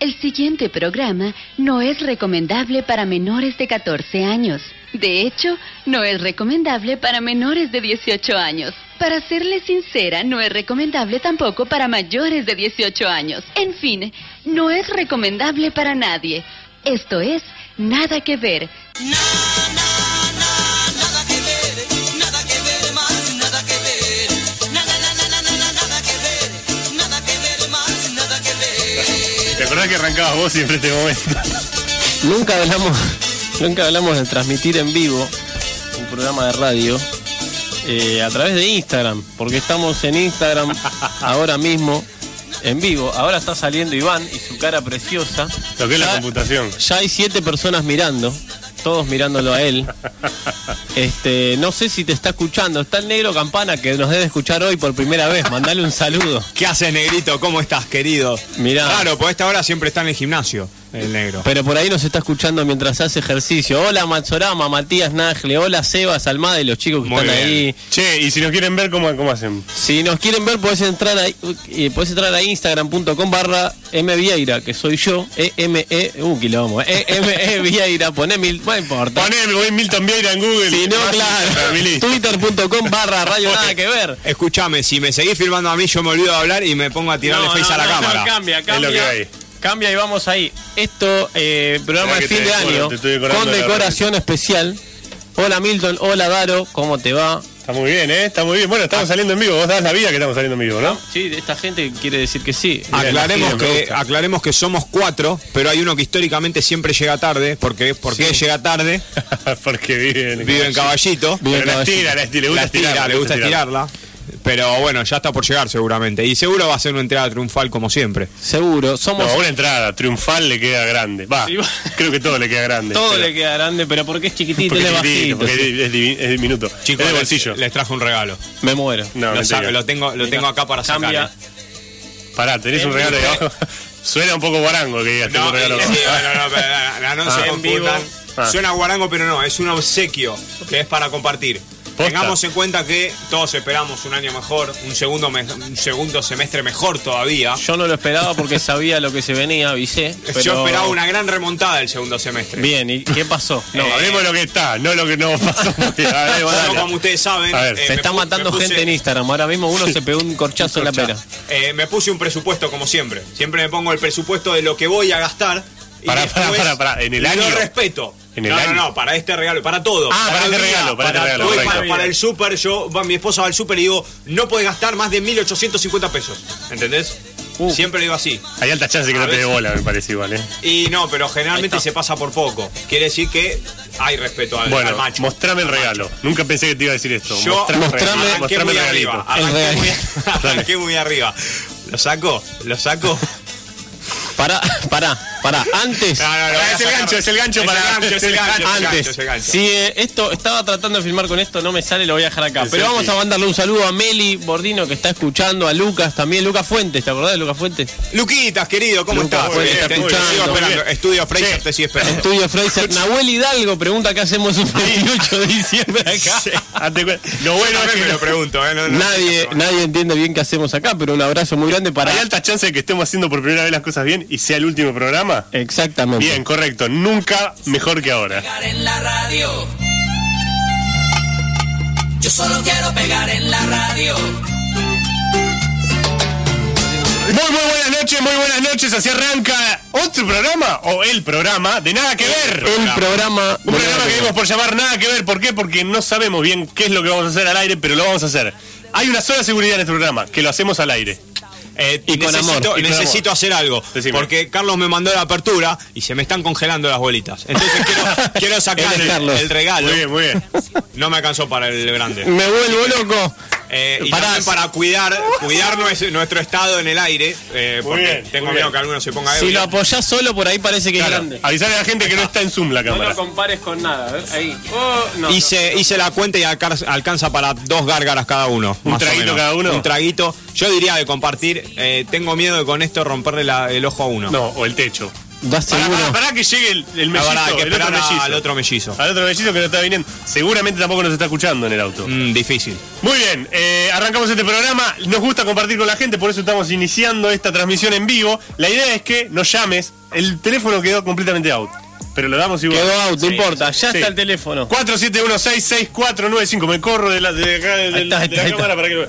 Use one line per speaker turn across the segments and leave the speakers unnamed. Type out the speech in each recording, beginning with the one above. El siguiente programa no es recomendable para menores de 14 años. De hecho, no es recomendable para menores de 18 años. Para serle sincera, no es recomendable tampoco para mayores de 18 años. En fin, no es recomendable para nadie. Esto es Nada que ver.
¿Te acordás que arrancabas vos siempre este momento?
Nunca hablamos, nunca hablamos de transmitir en vivo un programa de radio eh, a través de Instagram, porque estamos en Instagram ahora mismo en vivo. Ahora está saliendo Iván y su cara preciosa.
Lo que es la
Ya-
computación.
Ya hay siete personas mirando, todos mirándolo a él. Este, no sé si te está escuchando. Está el negro Campana que nos debe escuchar hoy por primera vez. Mandale un saludo.
¿Qué haces, negrito? ¿Cómo estás, querido?
Mirá.
Claro, por esta hora siempre está en el gimnasio, el negro.
Pero por ahí nos está escuchando mientras hace ejercicio. Hola Matsorama, Matías Nagle, hola Sebas Almada y los chicos que
Muy
están
bien.
ahí.
Che, y si nos quieren ver, ¿cómo, cómo hacen?
Si nos quieren ver, podés entrar a, eh, podés entrar a instagram.com barra mvieira, que soy yo, E-M-E, uh, quilombo, E-M-E E Vieira, poné mil, no importa.
Poné, voy Milton Vieira en Google. Ah,
si no,
Más
claro,
Milito.
twitter.com barra radio nada que ver.
Escúchame, si me seguís filmando a mí, yo me olvido de hablar y me pongo a tirarle
No,
face
no,
a la
no, no,
cámara.
cambia,
lo
cambia.
que hay.
Cambia y vamos ahí. Esto, eh, programa
Mirá
de
que
fin
te
de
decoro,
año,
te estoy decorando
con
la
decoración especial. Hola Milton, hola Daro, ¿cómo te va?
Está muy bien, ¿eh? Está muy bien. Bueno, estamos saliendo en vivo. Vos das la vida que estamos saliendo en vivo, ¿no?
Sí, esta gente quiere decir que sí.
Aclaremos
Bien, me
que,
gusta.
aclaremos que somos cuatro, pero hay uno que históricamente siempre llega tarde, porque ¿por qué llega tarde?
Porque vive en
Vive en Caballito,
Vive en
Pero la
Caballito.
estira, la estira. Le gusta estirarla,
la estira, le gusta estirarla, pero bueno, ya está por llegar seguramente, y seguro va a ser una entrada triunfal como siempre.
Seguro, somos.
No, una entrada triunfal le queda grande. Va,
Sí, va.
creo que todo le queda grande.
todo
pero-
le queda grande, pero porque es chiquitito,
porque es
él es
chiquitito,
bajito.
porque
sí.
es, divi- es diminuto.
Chicos,
es de
les,
bolsillo.
les trajo un regalo.
Me muero.
No,
lo,
mentira.
saco, lo tengo, lo tengo acá para sacar.
Cambia.
eh.
Pará, tenés un regalo ahí abajo. Suena un poco guarango que digas, tengo
No,
un regalo
eh,
abajo.
sí, bueno, no, pero, no, no, no
Ah.
se
En
confundan.
vivo. Ah.
Suena guarango, pero no, es un obsequio que es para compartir.
Posta.
Tengamos en cuenta que todos esperamos un año mejor, un segundo, me- un segundo semestre mejor todavía.
Yo no lo esperaba porque sabía lo que se venía, avisé. Pero...
Yo esperaba una gran remontada el segundo semestre.
Bien, ¿y qué pasó?
No,
Eh,
hablemos lo que está, no lo que no pasó. A ver, vos
Yo,
dale.
como ustedes saben, eh,
A ver,
se
me
está
pu-
matando
me puse-
gente en Instagram. Ahora mismo uno se pegó un corchazo en la pera.
Eh, me puse un presupuesto como siempre. Siempre me pongo el presupuesto de lo que voy a gastar. y
Pará, pará,
después
pará, pará. ¿En el
lo
año?
respeto.
¿En el
no,
año?
no, no, para este regalo, para todo.
Ah, para
el
este
día,
regalo, para este regalo,
hoy, para,
correcto.
para el súper, yo, va, mi esposa va al súper y digo, no puede gastar más de 1.850 pesos. ¿Entendés?
Uh.
Siempre digo así.
Hay alta chance que
A
no te dé
veces-
bola, me parece igual, ¿eh?
Y no, pero generalmente
Ahí está.
se pasa por poco. Quiere decir que hay respeto al, al
Bueno,
macho.
mostrame el regalo. Nunca pensé que te iba a decir esto.
Yo
mostrame el regalo.
mostrame-
arranqué
Mostrame
muy
el
arriba.
regalito.
El
Arranqué muy,
regalito.
arranqué muy arriba. ¿Lo saco? ¿Lo saco?
Pará, pará, pará. Antes.
No, no, no,
Ah,
voy a
es el
sacar-
gancho, es el gancho para-
el gancho, es el gancho, es el gancho,
Antes,
es el gancho.
si eh, esto estaba tratando de filmar con esto, no me sale, lo voy a dejar acá.
El
Pero vamos
selfie.
a mandarle un saludo a Meli Bordino que está escuchando, a Lucas también, Lucas Fuentes, ¿te acordás de Lucas Fuentes?
Luquitas, querido, ¿cómo
Lucas,
estás?
muy bien,
Te- te,
muy
sigo
bien.
esperando. Estudio Fraser,
Sí.
te sigo esperando.
Estudio Fraser, Nahuel Hidalgo pregunta qué hacemos un 28 de diciembre acá.
Sí, hazte cuenta. Lo bueno es
También
que
me lo pregunto, ¿eh? No, no,
Nadie,
no.
nadie entiende bien qué hacemos acá, pero un abrazo muy grande para
hay alta chance de que estemos haciendo por primera vez las cosas bien y sea el último programa.
Exactamente.
Bien, correcto. Nunca mejor que ahora.
pegar en la radio. Yo solo quiero pegar en la radio.
Muy, muy buenas noches, muy buenas noches. Así arranca otro programa o el programa de Nada que Ver.
Un programa,
Un programa que dimos por llamar Nada que Ver. ¿Por qué? Porque no sabemos bien qué es lo que vamos a hacer al aire, pero lo vamos a hacer. Hay una sola seguridad en este programa, que lo hacemos al aire.
Eh,
Y con
necesito,
amor,
y con
necesito
amor.
hacer algo.
Decime.
Porque Carlos me mandó la apertura y se me están congelando las bolitas. Entonces quiero, quiero sacar
Él es
el,
Carlos.
el regalo.
Muy bien, muy bien.
No me alcanzó para el grande.
Me vuelvo loco.
Eh, y
Pará.
también para cuidar, cuidar nues- nuestro estado en el aire, eh,
Muy
porque
bien,
tengo
muy
miedo
bien.
que alguno se ponga
Si lo
ebrio.
apoyás solo, por ahí parece que es
Claro,
grande.
avisale a la gente que no está en Zoom la cámara.
compares con nada, a ver, ahí. Oh, no, no.
Hice, hice la cuenta y alca- alcanza para dos gárgaras cada uno.
¿Un
más o
traguito
menos.
cada uno?
Un traguito. Yo diría de compartir. eh, tengo miedo de con esto romperle la- el ojo a uno.
No, o el techo.
¿Vas
Pará,
seguro?
pará, pará que llegue el, el
La
mellizo,
verdad, hay que
el otro
esperar a-
mellizo.
al otro mellizo.
Al otro mellizo que no está viniendo. Seguramente tampoco nos está escuchando en el auto.
Mm, difícil.
Muy bien, eh, arrancamos este programa. Nos gusta compartir con la gente, por eso estamos iniciando esta transmisión en vivo. La idea es que nos llames. El teléfono quedó completamente out. Pero lo damos igual.
Quedó out, no
Sí.
importa, ya
Sí.
está el teléfono.
47166495. Me corro de la, de acá, del-
Ahí está, ahí
de la
está, ahí
cámara para que lo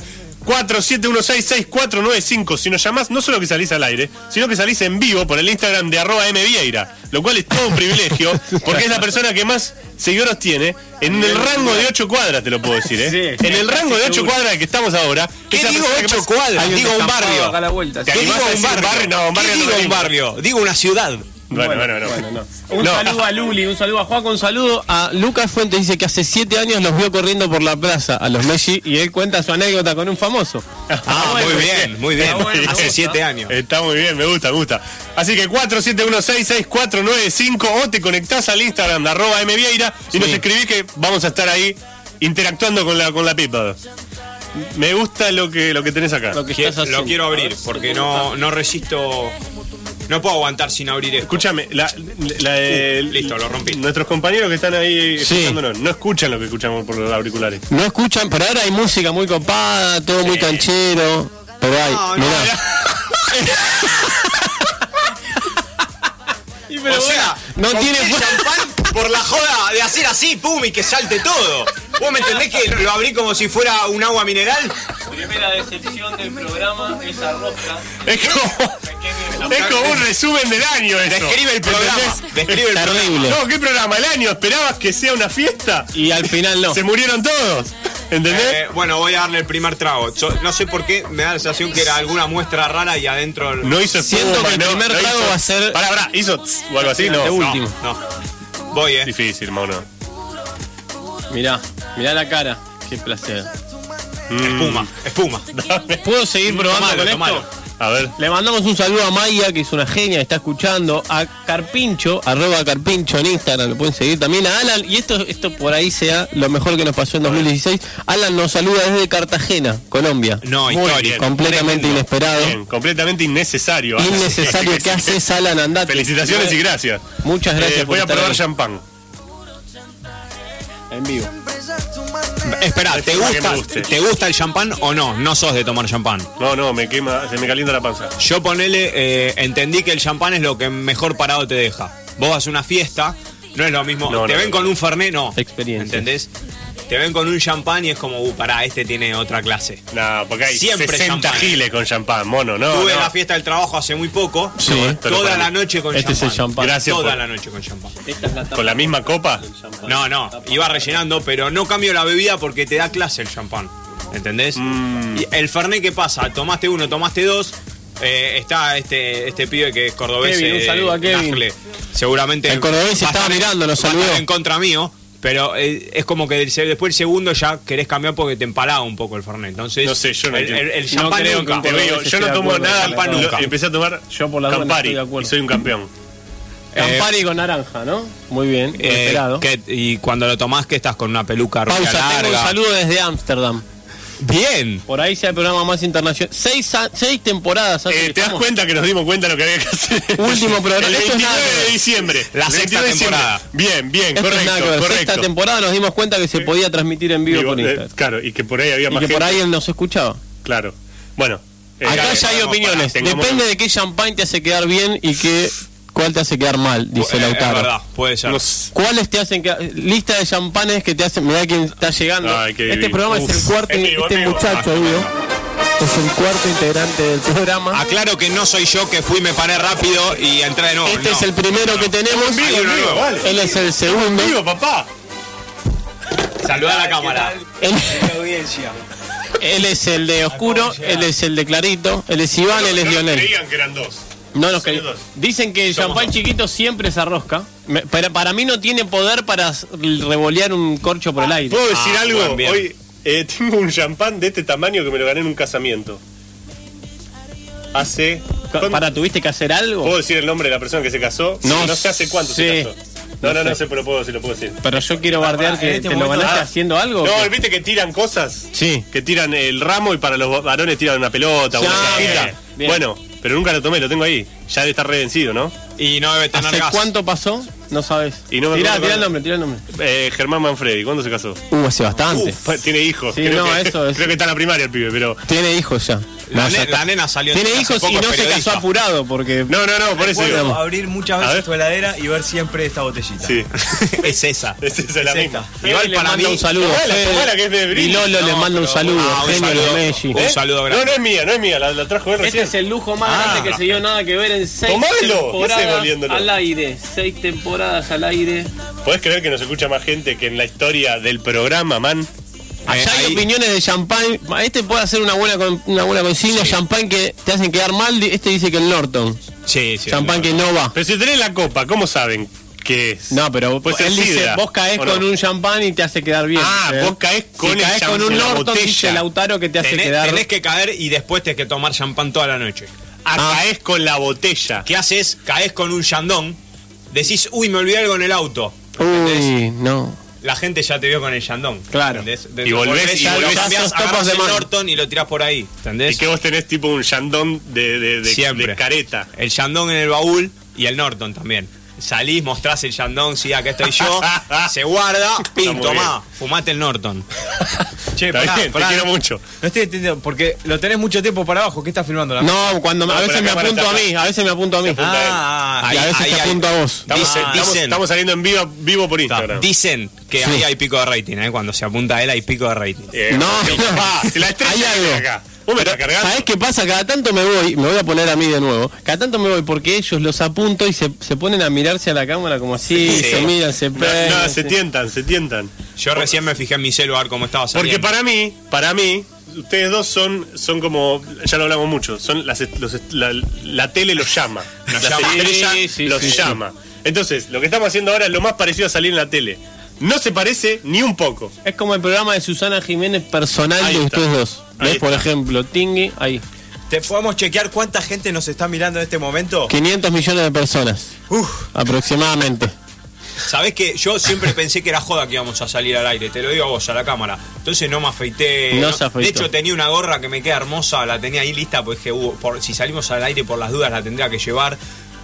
47166495. Si nos llamás, no solo que salís al aire, sino que salís en vivo por el Instagram de arroba mvieira. Lo cual es todo un privilegio, porque es la persona que más seguidores tiene en el rango de 8 cuadras, te lo puedo decir. ¿eh?
Sí,
en el
casi
rango de 8
seguro.
cuadras que estamos ahora.
¿Qué
es la
digo
persona que
ocho
más-
cuadras? Digo un barrio.
acá a la vuelta,
¿Te
¿Qué
animás
digo
a
un
decir
barrio?
No, un barrio
¿Qué
no
digo un
venimos.
barrio? Digo una ciudad.
Bueno, bueno, bueno.
no. Un
No.
saludo a Luli, un saludo a Juaco, un saludo a Lucas Fuentes. Dice que hace siete años los vio corriendo por la plaza a los Messi y él cuenta su anécdota con un famoso.
Ah, muy bien, muy bien.
Está bueno, me
Hace
gusta.
siete años.
Está muy bien, me gusta, me gusta. Así que 47166495 o te conectás al Instagram de arroba mvieira y nos escribís que vamos a estar ahí interactuando con la, con la pipa. Me gusta lo que, lo que tenés acá.
Lo que
Que-
estás haciendo.
Lo quiero
A
abrir
ver si
porque
te
no,
gusta.
no resisto. No puedo aguantar sin abrir esto.
Escúchame, la,
Uh,
la- eh,
listo, lo rompí.
Nuestros compañeros que están ahí
Sí.
escuchándonos no escuchan lo que escuchamos por los auriculares.
No escuchan, pero ahora hay música muy copada, todo muy canchero. Pero hay,
No, no,
mirá.
o sea,
no
compré
tiene
el
fu-
champán por la joda de hacer así, pum, y que salte todo. ¿Vos me entendés que lo abrí como si fuera un agua mineral?
Primera decepción del programa, esa roja.
Es como, es como un resumen del año eso.
Describe el programa.
¿Entendés?
Describe el
Terrible.
No, ¿qué programa? ¿El año? ¿Esperabas que sea una fiesta?
Y al final no.
Se murieron todos. ¿Entendés?
Eh, bueno, voy a darle el primer trago. Yo no sé por qué me da la sensación que era alguna muestra rara y adentro. el-
No hizo
Siento
espuma,
que el
no,
primer
no
trago
hizo-
va a ser-
Pará, pará, hizo tss o algo así, no.
De
no.
último.
no. Voy, eh.
Difícil, mono.
Mirá, mirá la cara. Qué placer.
Espuma, espuma.
¿Puedo seguir probando
Mm, Tomalo,
con esto?
tomalo.
A ver.
Le mandamos un saludo a Maya, que es una genia, está escuchando, a Carpincho, arroba Carpincho en Instagram, lo pueden seguir también, a Alan, y esto, esto por ahí sea lo mejor que nos pasó en 2016. Alan nos saluda desde Cartagena, Colombia.
No,
Muy
historia.
bien, Completamente
Tremendo.
inesperado.
Bien, completamente innecesario.
Innecesario que haces, Alan, andate.
Felicitaciones y gracias.
Muchas gracias
Eh, voy
por
a
estar
probar
ahí.
champán.
En vivo.
Espera, ¿te
Espuma que me
gusta,
guste.
¿te gusta el champán o no? No sos de tomar champán.
No, no, me quema, se me calienta la panza.
Yo ponele, eh, entendí que el champán es lo que mejor parado te deja. Vos vas a una fiesta, no es lo mismo.
No,
te
no,
ven
no.
con un fernet, no.
Experiencia.
¿Entendés? Te ven con un champán y es como, uh, pará, este tiene otra clase.
No, porque hay
Siempre
60
champán.
giles con champán, mono, no.
Tuve
no.
la fiesta del trabajo hace muy poco.
Ah, Sí.
Pero para
Toda la
mí.
noche con
Este es el champán.
Gracias
Toda
por-
la noche con champán.
¿Con la misma copa?
No, no, iba rellenando, pero no cambio la bebida porque te da clase el champán. ¿Entendés?
Mm.
Y el Fernet, ¿qué pasa? Tomaste uno, tomaste dos. eh, está este, este pibe que es cordobés.
Kevin, un
eh,
saludo a Kevin.
Nagle. Seguramente.
El cordobés
va a
estaba
estar en-
mirando, nos
va a estar
saludó.
En contra mío. Pero eh, es como que el se- después el segundo ya querés cambiar porque te empalaba un poco el Fernet. Entonces,
No sé, yo no
el,
entiendo.
el- el
No
champán
creo
nunca.
que
Te
un
veo,
Estoy
yo no
de
tomo
acuerdo,
nada,
estoy de
lo-
acuerdo.
empecé a tomar
Yo por la duda no
Campari
estoy de acuerdo.
y soy un campeón.
Eh,
Campari con naranja, ¿no? Muy bien,
Eh,
inesperado.
que- y cuando lo tomás, que estás con una peluca rubia
Pausa, tengo un
larga.
saludo desde Ámsterdam.
Bien.
Por ahí sea el programa más internacional. Seis, a- seis temporadas hace
Eh,
que
¿Te das
estamos.
cuenta que nos dimos cuenta lo que había que hacer?
Último programa.
El
Esto es
29
nada que
de
ver.
diciembre.
La
El
sexta
29 de diciembre.
temporada.
Bien, bien,
Esto es
correcto,
nada que ver.
correcto.
Sexta temporada nos dimos cuenta que se podía transmitir en vivo,
Digo,
por
eh,
Instagram.
claro, y que por ahí había
y
más
que por
gente.
ahí él nos escuchaba.
Claro. Bueno. eh,
Acá
claro,
ya hay
vamos,
opiniones.
pará, tengamos-
Depende de qué champagne te hace quedar bien y qué cuál te hace quedar mal, dice
Eh, es verdad,
Lautaro.
puede ser.
No sé.
¿Cuáles te hacen quedar? Lista de champanes que te hacen. Mirá quién está llegando.
Ay, qué
este
divino.
programa es el
Uf,
cuarto.
en vivo,
este
en vivo. Ah,
muchacho, obvio. Es el cuarto integrante del
Ah,
programa.
Aclaro que no soy yo que fui, me paré rápido y entré de nuevo.
este
no.
es el primero que tenemos.
vivo, en vivo, vale.
Él es el segundo.
Vivo, papá.
Saludá a la cámara.
Él, Él es el de Oscuro, él es el de Clarito, él es Iván, él es
No
Lionel.
Creían que eran dos.
No nos
Somos
cre-
dos.
Dicen que el champán chiquito siempre se arrosca. Me- Para, para mí no tiene poder para s- revolear un corcho por el aire.
¿Puedo decir
Ah,
algo?
bueno, bien.
Hoy Eh, tengo un champán de este tamaño que me lo gané en un casamiento. Hace.
Ca-
¿cuán-
¿Para, tuviste que hacer algo?
¿Puedo decir el nombre de la persona que se casó?
No
Sí, no sé hace cuánto
sé.
se casó. No, no, no,
No sé.
sé, pero lo puedo decir, lo puedo decir.
Pero yo quiero bardear
pará, en
que
este
te lo
momento-
ganaste
Ah.
haciendo algo.
No,
¿o qué?
¿viste que tiran cosas?
Sí.
Que tiran el ramo y para los varones tiran una pelota, una
Sí,
cajita.
bien, bien.
Bueno, pero nunca lo tomé, lo tengo ahí. Ya debe estar revencido, ¿no?
Y no debe tener
¿Hace
gas.
cuánto pasó? No sabes.
Y no me acuerdo
tirá, tirá
cuál-
el nombre, tirá el nombre.
Eh, Germán Manfredi, ¿cuándo se casó?
Uh, hace bastante.
Uf, tiene hijos.
Sí, no,
que,
eso es-
creo que está en la primaria el pibe, pero.
Tiene hijos ya.
La,
No, ya
ne-
está.
la nena salió
Tiene
hace
hijos
poco,
y no se
periodista.
casó apurado porque.
No, no, no, por eso
Puedo
digo.
abrir muchas
A ver.
veces tu heladera y ver siempre esta botellita.
Sí.
es esa.
Esa es la
Esta.
misma.
Fede
Igual
le
para
manda
mí-
un saludo.
Tomala,
Fede.
tomala, que es de Brin.
y Lolo le
No,
manda un
pero-
saludo.
Ah, un
genio
saludo.
de Messi.
Un saludo
No,
grande.
no es mía, no es mía, la, la trajo él
Este
recién.
es el lujo más
Ah.
grande que se dio nada que ver en seis
Tomalo, ese
temporadas
volviéndolo.
al aire. Seis temporadas al aire.
¿Podés creer que nos escucha más gente que en la historia del programa, man?
Allá
Eh,
hay
ahí-
opiniones de champán. Este puede hacer una buena con- una buena consigna. Champán que te hacen quedar mal. di- Este dice que el Norton.
Sí, sí.
champán que no va.
Pero si tenés la copa, ¿cómo saben qué es?
No, pero
Puede ser
él dice,
sidra,
vos caes
¿o no?
con un champán y te hace quedar bien.
Ah,
Eh.
vos caes
Si
con el
caes con
champ-
un
la
Norton, dice
botella.
Lautaro, que te hace
Tenés,
quedar...
tenés que caer y después tenés que tomar champán toda la noche.
Ah,
Ah.
caes con la botella.
¿Qué haces? Caes con un yandón. Decís, uy, me olvidé algo en el auto.
Uy, no.
La gente ya te vio con el yandón.
Claro.
¿entendés?
Y volvés, y
ya
volvés.
lo cambiás,
Esos topos
agarrás
de
el
mano.
Norton y lo tirás por ahí.
Y
¿Entendés?
que vos tenés tipo un chandón de, de, de-
Siempre.
de careta.
El Yandón en el baúl y el Norton también. Salís, mostrás el Yandón, sí, acá estoy yo, se guarda,
Está
pin,
muy
tomá, fumate el Norton.
Che,
Está
pará,
bien,
pará,
te quiero
no-
mucho.
No estoy entendiendo, porque lo tenés mucho tiempo para abajo. ¿Qué estás filmando? La
No, cuando me-
No,
a
pero
veces me
acá para
apunto a
acá.
mí, a veces me apunto a mí.
apunta él.
Ah,
y a veces te apunto a vos.
Estamos,
Dicen-
estamos-
dicen-
estamos saliendo en vivo, vivo por Instagram.
Dicen que
Sí.
ahí hay pico de rating, ¿eh? cuando se apunta a él hay pico de rating.
Eh,
No,
porque-
no.
Ah, si la estrella
Hay algo.
viene acá. Vos me estás cargando.
¿Sabés qué pasa? Cada tanto me voy, me voy a poner a mí de nuevo. Cada tanto me voy porque ellos los apunto y se, se ponen a mirarse a la cámara como así,
Sí.
se miran, se
No,
pegan.
no,
sí.
se tientan, se tientan.
Yo recién me fijé en mi celular cómo estaba
Porque
saliendo.
para mí, para mí, ustedes dos son, son como, ya lo hablamos mucho, son las, est- los est- la, la tele los llama,
Nos
las
llama.
estrellas
Sí, sí,
los
sí, sí.
llama. Entonces, lo que estamos haciendo ahora es lo más parecido a salir en la tele. No se parece ni un poco.
Es como el programa de Susana Jiménez personal
Ahí
de
está.
ustedes dos.
Ahí
¿Ves? Por
está.
ejemplo, Tingui, ahí.
¿Te podemos chequear cuánta gente nos está mirando en este momento?
500 millones de personas,
Uf,
aproximadamente.
Sabés que yo siempre pensé que era joda que íbamos a salir al aire, te lo digo a vos, a la cámara. Entonces no me afeité.
No se afeitó.
De hecho tenía una gorra que me queda hermosa, la tenía ahí lista, porque dije, "Uh, por, si salimos al aire por las dudas la tendría que llevar.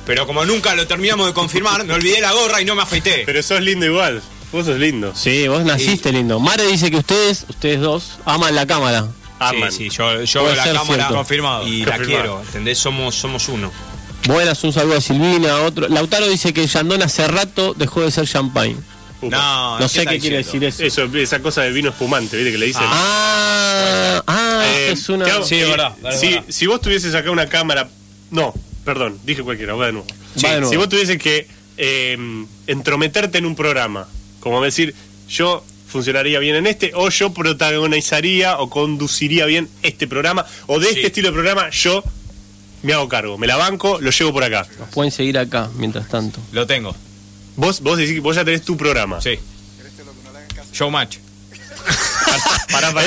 Pero como nunca lo terminamos de confirmar, me olvidé la gorra y no me afeité.
Pero sos lindo igual. Vos sos lindo.
Sí, vos naciste lindo. Mare dice que ustedes, ustedes dos, aman la cámara.
Aman.
Sí, sí, yo, yo
Puede
veo la
ser
cámara
cierto.
Confirmado.
y la
Confirmado.
quiero, ¿entendés? Somos, somos uno.
Buenas, un saludo a Silvina, a otro. Lautaro dice que Yandón hace rato dejó de ser champagne.
Upa.
No,
No, sé qué quiere decir eso.
Eso, esa cosa de vino espumante, ¿viste? Que le dicen.
Ah, ah,
Eh,
es una.
te hago-
Sí, es
eh,
verdad, es
si,
verdad.
si vos tuvieses acá una cámara. No, perdón, dije cualquiera, va de nuevo.
Va de nuevo.
Si vos tuvieses que eh, entrometerte en un programa, como decir, yo funcionaría bien en este, o yo protagonizaría o conduciría bien este programa, o de este estilo de programa, yo me hago cargo, me la banco, lo llevo por acá.
Nos pueden seguir acá mientras tanto.
lo tengo.
Vos, vos decís que vos ya tenés tu programa.
Sí. Showmatch.
Pará, pará,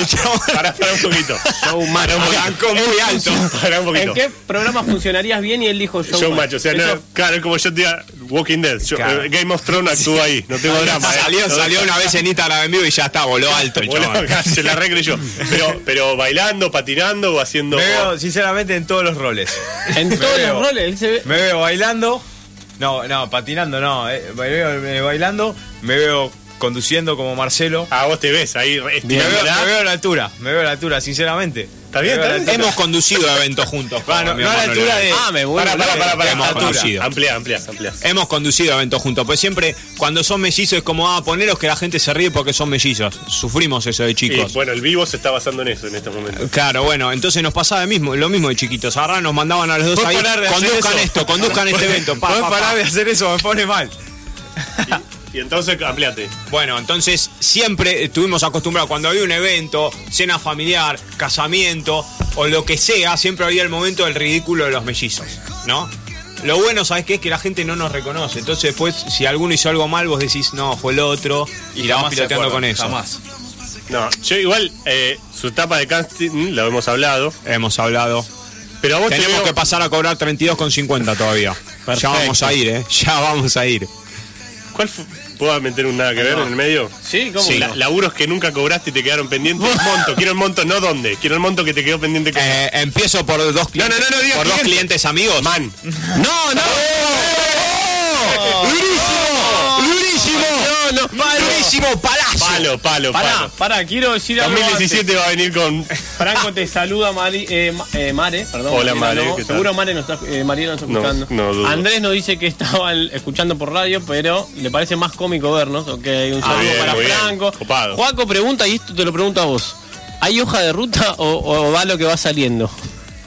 pará, pará un poquito. Pará un poquito.
muy alto.
Pará un poquito.
¿En qué programa funcionarías bien? Y él dijo yo.
Yo macho, o sea,
Eso-
no, claro, es como yo te diga Walking Dead, yo,
Claro.
eh, Game of Thrones actúa ahí, no tengo drama. eh.
Salió,
No,
salió una vez en Instagram en vivo y ya está, voló alto el
Bueno,
chaval.
acá se la recreyó. Pero, pero bailando, patinando o haciendo.
Me veo, sinceramente, en todos los roles.
En
Me
todos
veo.
los roles, él se ve.
Me veo bailando. No, no, patinando no. eh, me veo eh, bailando. Me veo conduciendo como Marcelo.
Ah, vos te ves ahí
Me veo, me
estirándola.
veo a la altura. Me veo a la altura, sinceramente.
Está bien,
Me veo a la
está bien.
Hemos conducido eventos juntos.
Ah, no,
mi
no a la
hermano
altura
Leonardo.
de.
Ah, me voy.
Pará, pará, pará, pará.
Hemos
Altura.
conocido.
Ampliá, ampliá, ampliá.
Hemos conducido eventos juntos, pues siempre cuando son mellizos es como, ah, poneros que la gente se ríe porque son mellizos. Sufrimos eso de
Y,
chicos.
bueno, el vivo se está basando en este eso en estos momentos.
Claro, bueno, entonces nos pasaba lo mismo, lo mismo de chiquitos. Ahora nos mandaban a los dos
¿Puedes
ahí,
parar de hacer
conduzcan
eso?
esto, conduzcan este evento. pa,
Podés
pa, pa".
parar de hacer eso, me pone mal.
Y, y entonces, ampliate.
Bueno, entonces siempre estuvimos acostumbrados cuando había un evento, cena familiar, casamiento o lo que sea, siempre había el momento del ridículo de los mellizos, ¿no? Lo bueno, ¿sabes qué? Es que la gente no nos reconoce. Entonces, después, si alguno hizo algo mal, vos decís, no, fue el otro. Y, la vas
jamás se
piloteando
acuerdan,
con eso.
Jamás.
No, yo igual, eh, su etapa de casting, lo hemos hablado,
Hemos hablado.
pero a vos te
Tenemos
veo,
que pasar a cobrar 32,50 todavía. Ya vamos a ir, ¿eh? Ya vamos a ir.
¿cuál fu- ¿Puedo meter un nada que ver en el medio?
Sí, ¿cómo?
Sí,
no?
la- laburos que nunca cobraste y te quedaron pendientes. monto, quiero el monto, no dónde. Quiero el monto que te quedó pendiente con...
Eh, empiezo por dos
No, no,
clientes.
no, no digas
por dos
cliente.
clientes amigos.
Man.
No, no. ¡Durísimo! ¡Durísimo!
No, no, palo.
¡Durísimo palazo!
Palo, palo,
Pará,
palo.
pará, quiero decir algo. antes.
2017 va a venir con...
Franco te saluda Mari- eh, Ma- eh, Mare, perdón.
Hola, Mare,
no,
¿qué tal?
Seguro Mare nos está, eh, Mariela nos está
No,
escuchando.
no dudo.
Andrés nos dice que estaba el- escuchando por radio, pero le parece más cómico vernos. Ok, un saludo
bien,
para
muy bien.
Franco.
Copado.
Juaco pregunta, y esto te lo pregunto a vos. ¿Hay hoja de ruta o, o va lo que va saliendo?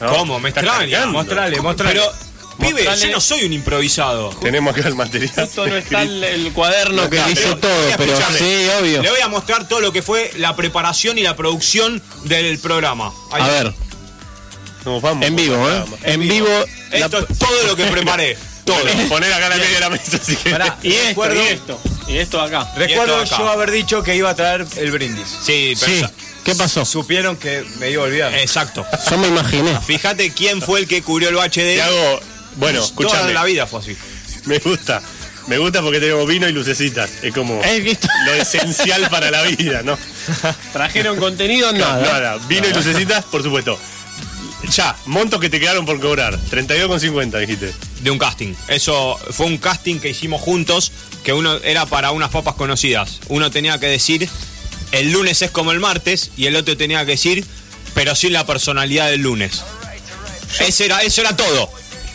No,
¿Cómo? Me
está
extraña.
cargando.
Mostrale, mostrale. Pero, pibe,
Mostrale.
yo no soy un improvisado.
Tenemos acá el material.
Justo no está el, el cuaderno que
Que
dice.
dice todo, pero
Escuchame.
sí, obvio.
Le voy a mostrar todo lo que fue la preparación y la producción del programa. Ahí.
A ver,
Nos vamos.
en vivo, ¿eh? En vivo. la-
Esto es todo lo que preparé.
Todo. Poner acá la media de la mesa si querés.
Pará,
Y esto,
recuerdo,
y esto, y esto acá.
Y
recuerdo
esto acá.
yo haber dicho que iba a traer el brindis.
Sí, pero
Sí,
esa-
¿qué pasó?
Supieron que me iba a olvidar.
Exacto.
Yo me imaginé.
Fíjate quién fue el que cubrió el bache de
Te hago... Bueno, escuchame.
Toda la vida fue así.
Me gusta. Me gusta porque tenemos vino y lucecitas. Es como
Eh, ¿viste?
lo esencial para la vida, ¿no?
Trajeron contenido,
No,
nada.
nada. Vino y lucecitas, por supuesto. Ya, montos que te quedaron por cobrar. 32,50 dijiste.
de un casting. Eso fue un casting que hicimos juntos, que uno era para unas papas conocidas. Uno tenía que decir, el lunes es como el martes, y el otro tenía que decir, pero sin la personalidad del lunes. Ese era, eso era todo.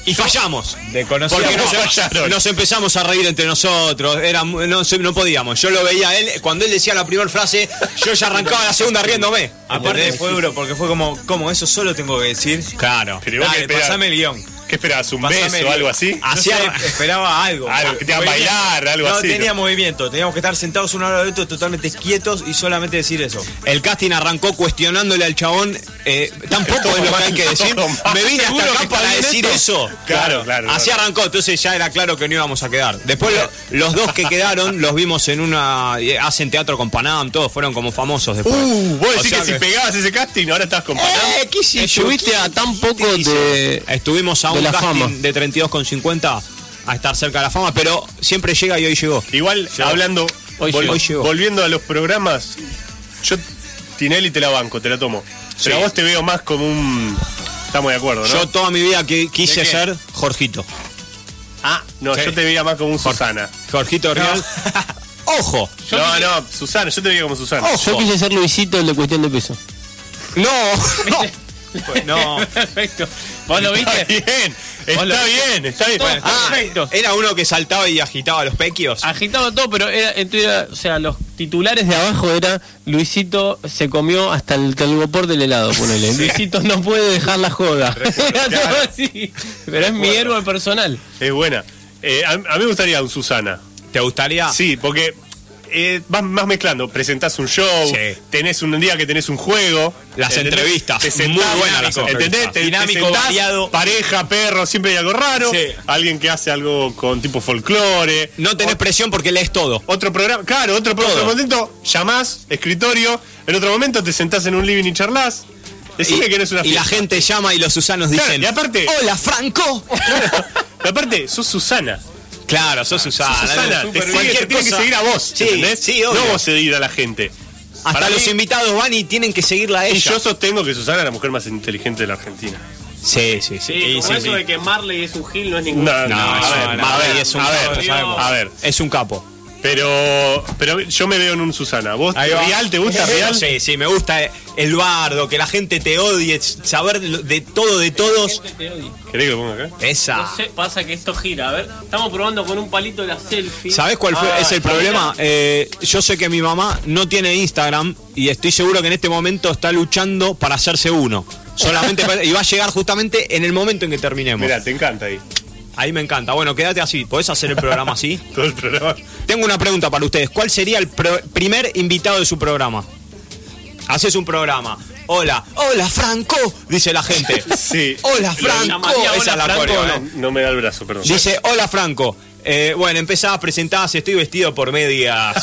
Y fallamos.
Desconocía
Porque
no
nos, em-
fallaron.
nos empezamos a reír entre nosotros. Era, mu- no, se- no podíamos. Yo lo veía a él. Cuando él decía la primera frase, yo ya arrancaba la segunda riéndome.
Aparte
¿Entendés?
fue duro porque fue como, como eso solo tengo que decir.
Claro.
Pero vos
Dale,
que esperás-
pasame el guión.
¿Qué esperabas? ¿Un
Pasame el
beso o
guión.
algo así?
Ah,
No
Hacía-
sé, esperaba algo.
Algo que te haga
Movimiento.
bailar, algo así,
No tenía
¿no?
movimiento, teníamos que estar sentados una hora de otro totalmente quietos y solamente decir eso.
El casting arrancó cuestionándole al chabón. eh, tampoco es lo que hay que decir.
todo mal.
Me vine hasta
Seguro que
acá
está
para
bien
decir eso.
Claro, claro,
Así
claro.
arrancó, entonces ya era claro que no íbamos a quedar. Después lo- los dos que quedaron los vimos en una. eh, Hacen teatro con Panam, todos fueron como famosos después.
Uh, vos
O
decís
sea
que, si pegabas ese casting ahora estás con Panam.
Eh, ¿qué hiciste?
Ah, Estuviste a tan poco de-
Estuvimos a
de
un
la
casting
fama.
de 32,50 a estar cerca de la fama, pero siempre llega y hoy llegó.
Igual, hablando,
Hoy
vol-
llegó. Hoy llegó.
volviendo a los programas, yo Tinelli te la banco, te la tomo. Pero
Sí.
a vos te veo más como un... Estamos de acuerdo, ¿no?
Yo toda mi vida que quise
¿De qué?
ser Jorgito.
ah, no,
sí.
yo te veía más como un Susana.
Jorgito Real. Ojo,
No, no, Susana, yo te veía como Susana.
ojo.
Yo quise ser Luisito el de cuestión de peso.
No, no.
Pues
No,
Perfecto. ¿Vos lo
Está
viste?
bien,
Hola.
está bien, está bien.
Bueno.
Ah,
Perfecto.
era uno que saltaba y agitaba los pequios.
Ah,
Agitaba todo, pero era, entonces era- o sea, los titulares de abajo era Luisito se comió hasta el calgopor del helado, ponele. Luisito no puede dejar la joda. Era todo así. Pero es mi héroe personal.
Es buena. Eh, a, a mí me gustaría un Susana.
¿Te gustaría?
Sí, porque eh, vas, vas mezclando. Presentás un show,
Sí.
tenés un día que tenés un juego.
Las entrevistas,
Te sentás,
muy buenas las
dinámico,
entrevistas.
¿entendés? Te- te
Dinámico,
sentás,
variado.
Pareja, perro, siempre hay algo raro.
Sí.
Alguien que hace algo con tipo folclore.
No tenés presión porque lees todo.
Otro programa, claro, otro programa. En
Todo.
otro momento llamás, escritorio. En otro momento te sentás en un living y charlás. Decime
y,
que no es una
y la
fiesta.
gente llama y los susanos
Claro,
dicen.
y aparte-
¡Hola, Franco!
Pero aparte, sos Susana.
claro, sos Susana.
Susana,
¿no?
te sigue,
Cualquier
te tiene que
cosa.
seguir a vos,
Sí,
¿entendés?
sí, obvio.
No vos seguir a la gente.
Hasta
Para
los
mí-
invitados van y tienen que seguirla a
Y
ella.
yo sostengo que Susana es la mujer más inteligente de la Argentina.
Sí, sí, sí. Y sí, sí.
que Marley es un gil no es
No, no,
No,
a
es
ver,
un-
a
Marley
ver,
es un
a
capo,
ver,
lo sabemos.
a ver.
Es un capo.
Pero, pero yo me veo en un Susana. ¿Vos,
Ahí va.
Rial, te gusta Rial?
Sí, sí, me gusta eh, el bardo, que la gente te odie, saber lo- de todo, de todos.
¿Querés que lo ponga acá?
Esa.
pasa que esto gira. A ver, estamos probando con un palito la selfie. Ah,
¿Sabes cuál fue? es el problema. Eh, yo sé que mi mamá no tiene Instagram y estoy seguro que en este momento está luchando para hacerse uno. Solamente para- y va a llegar justamente en el momento en que terminemos.
Mirá, te encanta ahí.
Ahí me encanta. Bueno, quédate así. ¿Podés hacer el programa así?
Todo el programa.
Tengo una pregunta para ustedes. ¿Cuál sería el pro- primer invitado de su programa? Haces un programa. Hola, hola Franco, dice la gente.
Sí.
Hola Franco,
llamaría hola,
esa es la
Franco,
coreo,
no.
¿eh?
No me da el brazo, perdón.
Dice, hola Franco. Eh, bueno, empezás, presentás, estoy vestido por medias.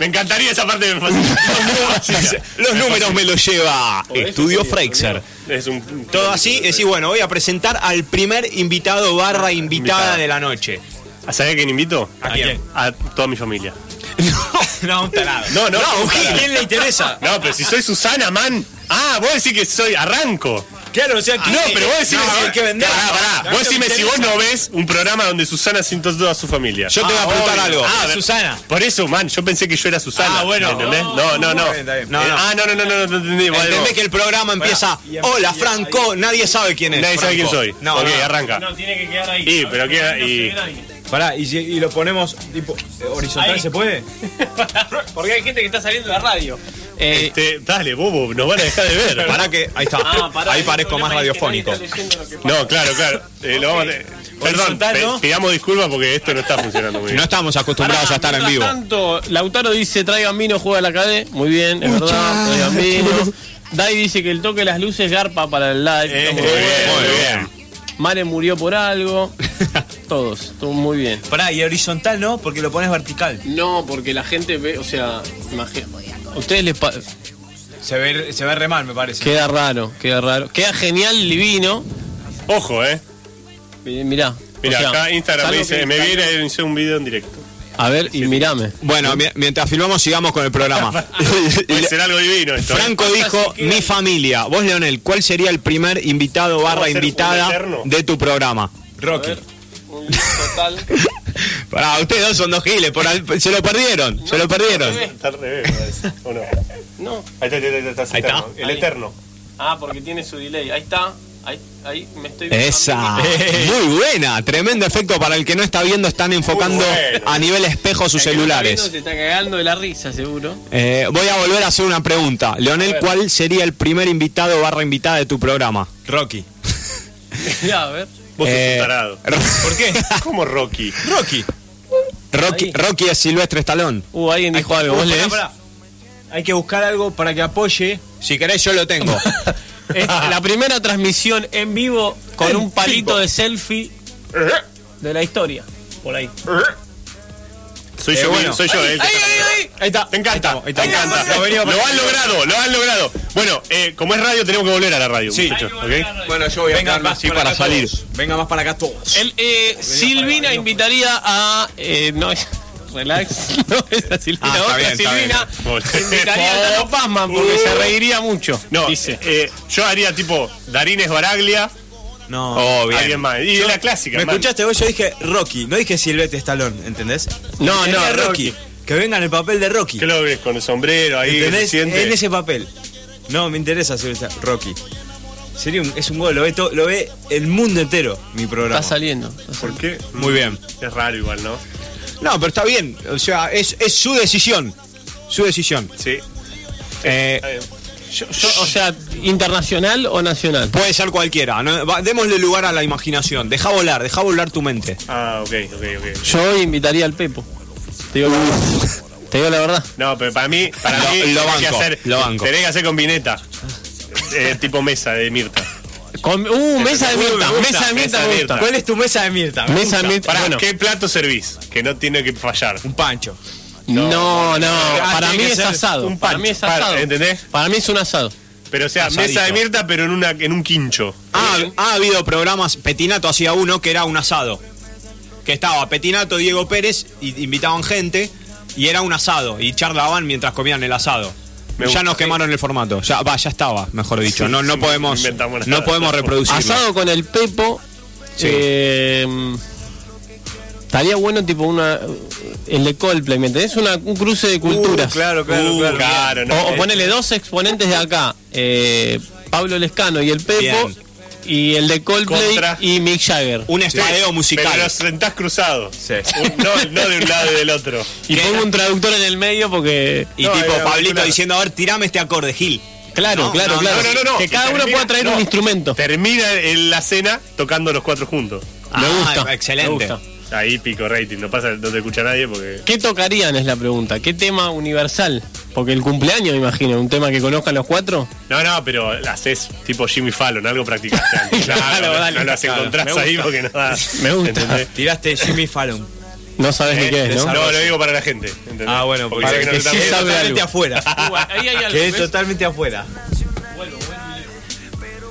Me encantaría esa parte. me fascina.
Los números me los lleva Estudio Freixer.
Es un.
Todo así, decís, bueno, voy a presentar al primer invitado barra invitada de la noche.
¿Sabés a quién invito?
¿A quién?
A toda mi familia.
No, no, un tarado.
No, no,
no
un
un gil,
tarado.
¿quién le interesa?
No, pero si soy Susana, man. Ah, vos decís que soy. Arranco.
Claro, o sea, que-
No, pero vos decime.
Ah, No, hay que vender.
Pará, pará. Vos
No, no me
decime si vos
interesa.
no ves un programa donde Susana sienta toda su familia.
Yo te voy a preguntar
obvio.
algo.
Ah,
Ah,
ver-
Susana.
Por eso, man, yo pensé que yo era Susana.
Ah, bueno.
¿me ¿Entendés? No, no, no.
Está bien, está bien.
No,
Eh,
no.
Ah, no, no, no, no, no, no entendí. vale,
Entendés
vos.
que el programa empieza.
y em-
Hola,
y em-
Franco. Nadie sabe quién es.
Nadie sabe quién
Franco".
soy.
No,
ok,
no.
arranca.
tiene que quedar ahí.
Y, pero queda. Y...
Pará, y, si- y lo ponemos tipo eh, horizontal,
Ahí.
¿se puede?
Porque hay gente que está saliendo de la radio. Eh,
Este, dale, bobo, nos van a dejar de ver.
Pará que. Ahí está.
ah, pará,
ahí
el
parezco
problema
más
es que nadie
radiofónico.
está leyendo lo que pasa.
No, claro, claro. Eh, lo vamos a- Perdón,
Horizontal,
pe-
¿no?
pidamos disculpas porque esto no está funcionando muy
No
bien.
estamos acostumbrados a estar en
Mientras
vivo.
tanto, Lautaro dice, traigan vino, juega la cadena. Muy bien, es verdad, traigan vino. Dai dice que el toque de las luces garpa para el live.
Eh,
Está
muy
muy bueno.
bien, muy
bueno.
bien.
Mare murió por algo. Todos, estuvo muy bien.
Pará, y horizontal no, porque lo pones vertical.
No, porque la gente ve, o sea, imagina- a Ustedes les pa-
Se ve, se ve re mal, me parece.
queda raro, queda raro. Queda genial divino.
Ojo, eh.
Eh, Mirá.
Mira,
o sea,
acá Instagram me
salvo
dice,
que-
me viene a hacer un video en directo.
A ver, y mirame.
Bueno, mi- mientras filmamos, sigamos con el programa.
Pues
Puede ser algo divino esto. ¿eh?
Franco dijo, mi familia. Vos, Leonel, ¿cuál sería el primer invitado barra
hacer un
invitada
eterno?
de tu programa?
Rocky.
Pará, ustedes dos son dos giles, por al- se lo perdieron, se lo perdieron.
Está al revés, me parece. ¿O no?
No.
Ahí está, ahí está, ahí está,
Ahí
eterno.
está.
El eterno.
Ah, porque tiene su delay. Ahí está. Ahí, ahí me estoy
Esa, muy buena, tremendo efecto para el que no está viendo, están enfocando
bueno.
a nivel espejo sus
El que no está viendo
celulares.
Se está cagando de la risa, seguro.
Eh, voy a volver a hacer una pregunta. Leonel, ¿cuál sería el primer invitado barra invitada de tu programa?
Rocky.
Mirá, a ver.
Vos sos
Eh,
un tarado.
¿Por qué?
¿Cómo Rocky?
Rocky.
Rocky, Rocky es Silvestre Estalón.
Uh, alguien dijo algo. ¿Vos
Pará,
lees?
pará. Hay que buscar algo para que apoye.
Si querés, yo lo tengo.
Es la primera transmisión en vivo con un palito de selfie de la historia. Por ahí.
Soy
Eh,
yo,
bueno.
soy yo. el que está acá.
Ahí está.
Te encanta,
Ahí
te
está.
encanta.
Lo venía
Lo han logrado, lo han logrado. Bueno, eh, como es radio, tenemos que volver a la radio,
Sí.
muchachos. ¿ok?
Bueno, yo voy a
Vengan
estar
más para
acá
salir.
todos. Venga más para acá todos.
El, eh, Silvina invitaría a. eh, no es. Relax, no es a Silvina,
Ah, está
otra
bien, está
Silvina Uh.
bien.
invitaría a Tano Pazman porque se reiría mucho.
No,
dice.
eh, yo haría tipo Darines Baraglia,
No.
Oh, bien.
alguien más. Y es la clásica,
¿Me
man.
escuchaste vos? Yo dije Rocky, no dije Silvestre Stallone, ¿entendés?
No,
Dije
no,
Rocky. Que venga en el papel de Rocky.
¿Qué lo ves con el sombrero ahí? que se
¿Entendés?
siente?
En ese papel. No, me interesa Silvestre Rocky. Sería un, es un gol, lo ve, to- lo ve el mundo entero, mi programa.
Está saliendo.
¿Por qué?
Muy bien.
Es raro igual, ¿no?
No, pero está bien. O sea, es, es su decisión. Su decisión.
Sí.
Eh,
Está bien.
Yo- yo, o sea, internacional o nacional.
puede ser cualquiera. ¿no? Va- démosle lugar a la imaginación. Deja volar, deja volar tu mente.
Ah, ok, ok, ok.
Yo hoy invitaría al Pepo. Te digo, la verdad. Te digo la verdad.
No, pero para mí, para
Lo-
mí,
lo
tenés
banco,
que hacer,
lo banco.
Tenés que hacer con vineta. Eh, tipo mesa de Mirta.
Con- uh, mesa de
Me
mierda,
gusta,
mesa
mesa
de mierda
de
me gusta.
Mirta.
¿Cuál es tu mesa de Mirta?
Mesa de mierda.
Pará,
bueno,
¿qué plato servís? Que no tiene que fallar.
Un pancho.
no, no,
Ah,
para
tiene
mí
que
es
ser
asado.
un
Para
pan.
mí es
Para,
asado.
¿entendés?
Para mí es un asado.
Pero o sea,
Asadito.
mesa de Mirta, pero en, una, en un quincho.
Ah,
Ha, Ah, ha habido programas, Petinato hacía uno que era un asado. Que estaba Petinato, Diego Pérez, y invitaban gente, y era un asado, y charlaban mientras comían el asado.
Me
ya
gusta.
nos quemaron el formato, ya, va, ya estaba, mejor dicho. No, no
Sí,
podemos,
no inventamos nada.
no podemos reproducirlo.
Asado con el Pepo.
Sí.
eh, estaría bueno tipo una el de Coldplay, ¿me entendés? Una- un cruce de culturas.
claro, claro,
Uh,
claro.
claro, no.
O, o ponele dos exponentes de acá, eh, Pablo Lescano y el Pepo,
Bien.
y el de Coldplay
Contra.
y Mick Jagger.
Un
Sí,
espadeo musical.
Pero los sentás cruzados.
Sí.
Un- No, no de un lado y del otro.
Y
¿Qué?
pongo un traductor en el medio porque.
Y
No,
tipo
era
Pablito
popular.
diciendo, a ver, tirame este acorde, Gil.
Claro,
No,
claro,
no,
claro.
no, no, no, no.
Que
Y
cada uno
termina-
pueda traer
no.
un instrumento.
Termina en la cena tocando los cuatro juntos.
me
Ah,
gusta.
excelente.
me gusta.
Ahí pico rating. No pasa, no te escucha nadie porque.
¿Qué tocarían es la pregunta? ¿Qué tema universal? Porque el cumpleaños, me imagino, un tema que conozcan los cuatro.
No, no, pero la haces tipo Jimmy Fallon, algo practicaste antes.
Claro,
no,
dale,
no las
claro,
encontrás
me
ahí
gusta.
porque no da.
Me gusta.
¿entendés?
Tiraste Jimmy Fallon.
No sabes ni qué es,
No,
¿no?
lo digo para la gente. ¿entendés?
Ah, bueno,
porque
para
sé que no
que
lo
sí
están viendo.
sabe
totalmente
algo.
afuera.
ahí hay algo,
Que es
¿ves?
totalmente afuera.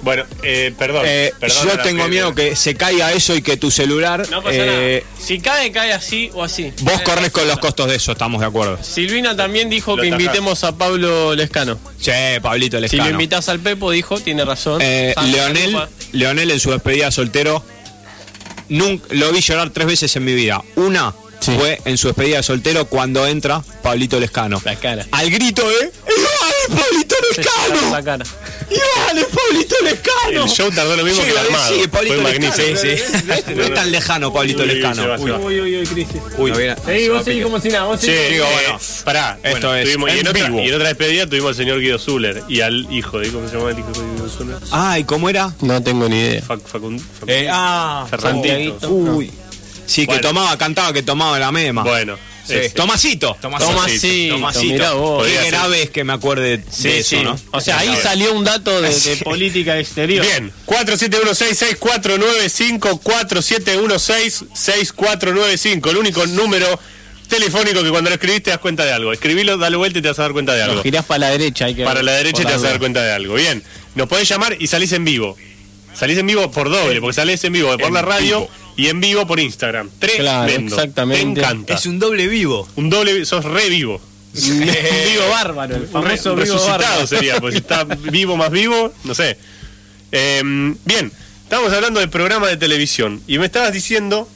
Bueno, eh, perdón.
Eh,
perdón a
yo
la
tengo
gente.
miedo que se caiga eso y que tu celular.
No pasa
eh,
nada. Si cae, cae así o así.
Vos corres con los costos de eso, estamos de acuerdo.
Silvina también dijo
Lo
que
tajás.
invitemos a Pablo Lescano.
Che, Pablito
Si lo
Lescano.
invitas al Pepo, dijo, tiene razón.
Eh,
Sandra
Leonel,
Lupa.
Leonel en su despedida soltero, nunca, lo vi llorar tres veces en mi vida. Una
Sí.
fue en su despedida soltero cuando entra Pablito Lescano.
La cara.
Al grito de ¡Iván Pablito
Se saca La
Lescano!
cara.
¡Iván Pablito Lescano!
El show tardó lo mismo que el
Llega,
armado.
sí, Pablito
Fue
Lescano.
magnífico.
Sí, sí. No es tan lejano Pablito
Uy, se
Lescano.
va, se va.
Uy, uy, uy, crisis.
Uy, no viene-
Seguí, vos seguís como si nada. Vos
Sí,
seguís.
digo,
eh,
bueno, pará.
esto
bueno,
es
tuvimos- y,
en
en otra,
vivo.
y en otra despedida tuvimos al señor Guido Zuller y al hijo de, ¿cómo se llama el hijo de Guido Zuller?
Ay, ¿cómo era?
No tengo ni idea.
Fac- Facund- Facund-
Eh, ah,
Ferrantito.
uy. Sí, que
Bueno.
tomaba, cantaba que tomaba la mema.
Bueno, este,
Sí.
ese.
Eh, Tomasito.
Tomasito,
Tomasito.
mirá vos.
Qué
Podría ser.
grave es que me acuerde de eso, ¿no?
O sea, ahí
Claro.
salió un dato de, de
Sí.
política exterior.
Bien, 47166495, 47166495, el único número telefónico que cuando lo escribís te das cuenta de algo. Escribilo, dale vuelta y te vas a dar cuenta de algo.
Lo girás para la derecha. Hay que
Para la derecha
por
te
las
vas a dar
dudas.
cuenta de algo. Bien, nos podés llamar y salís en vivo. Salís en vivo por doble, porque salís en vivo por la radio
vivo.
y en vivo por Instagram. Tremendo.
exactamente.
Te encanta.
Es un doble vivo.
Un doble, sos re vivo.
Un vivo bárbaro, el
Re- eh.
famoso vivo
resucitado
bárbaro.
sería, porque si está vivo más vivo, no sé. Eh, bien, estábamos hablando de programa de televisión y me estabas diciendo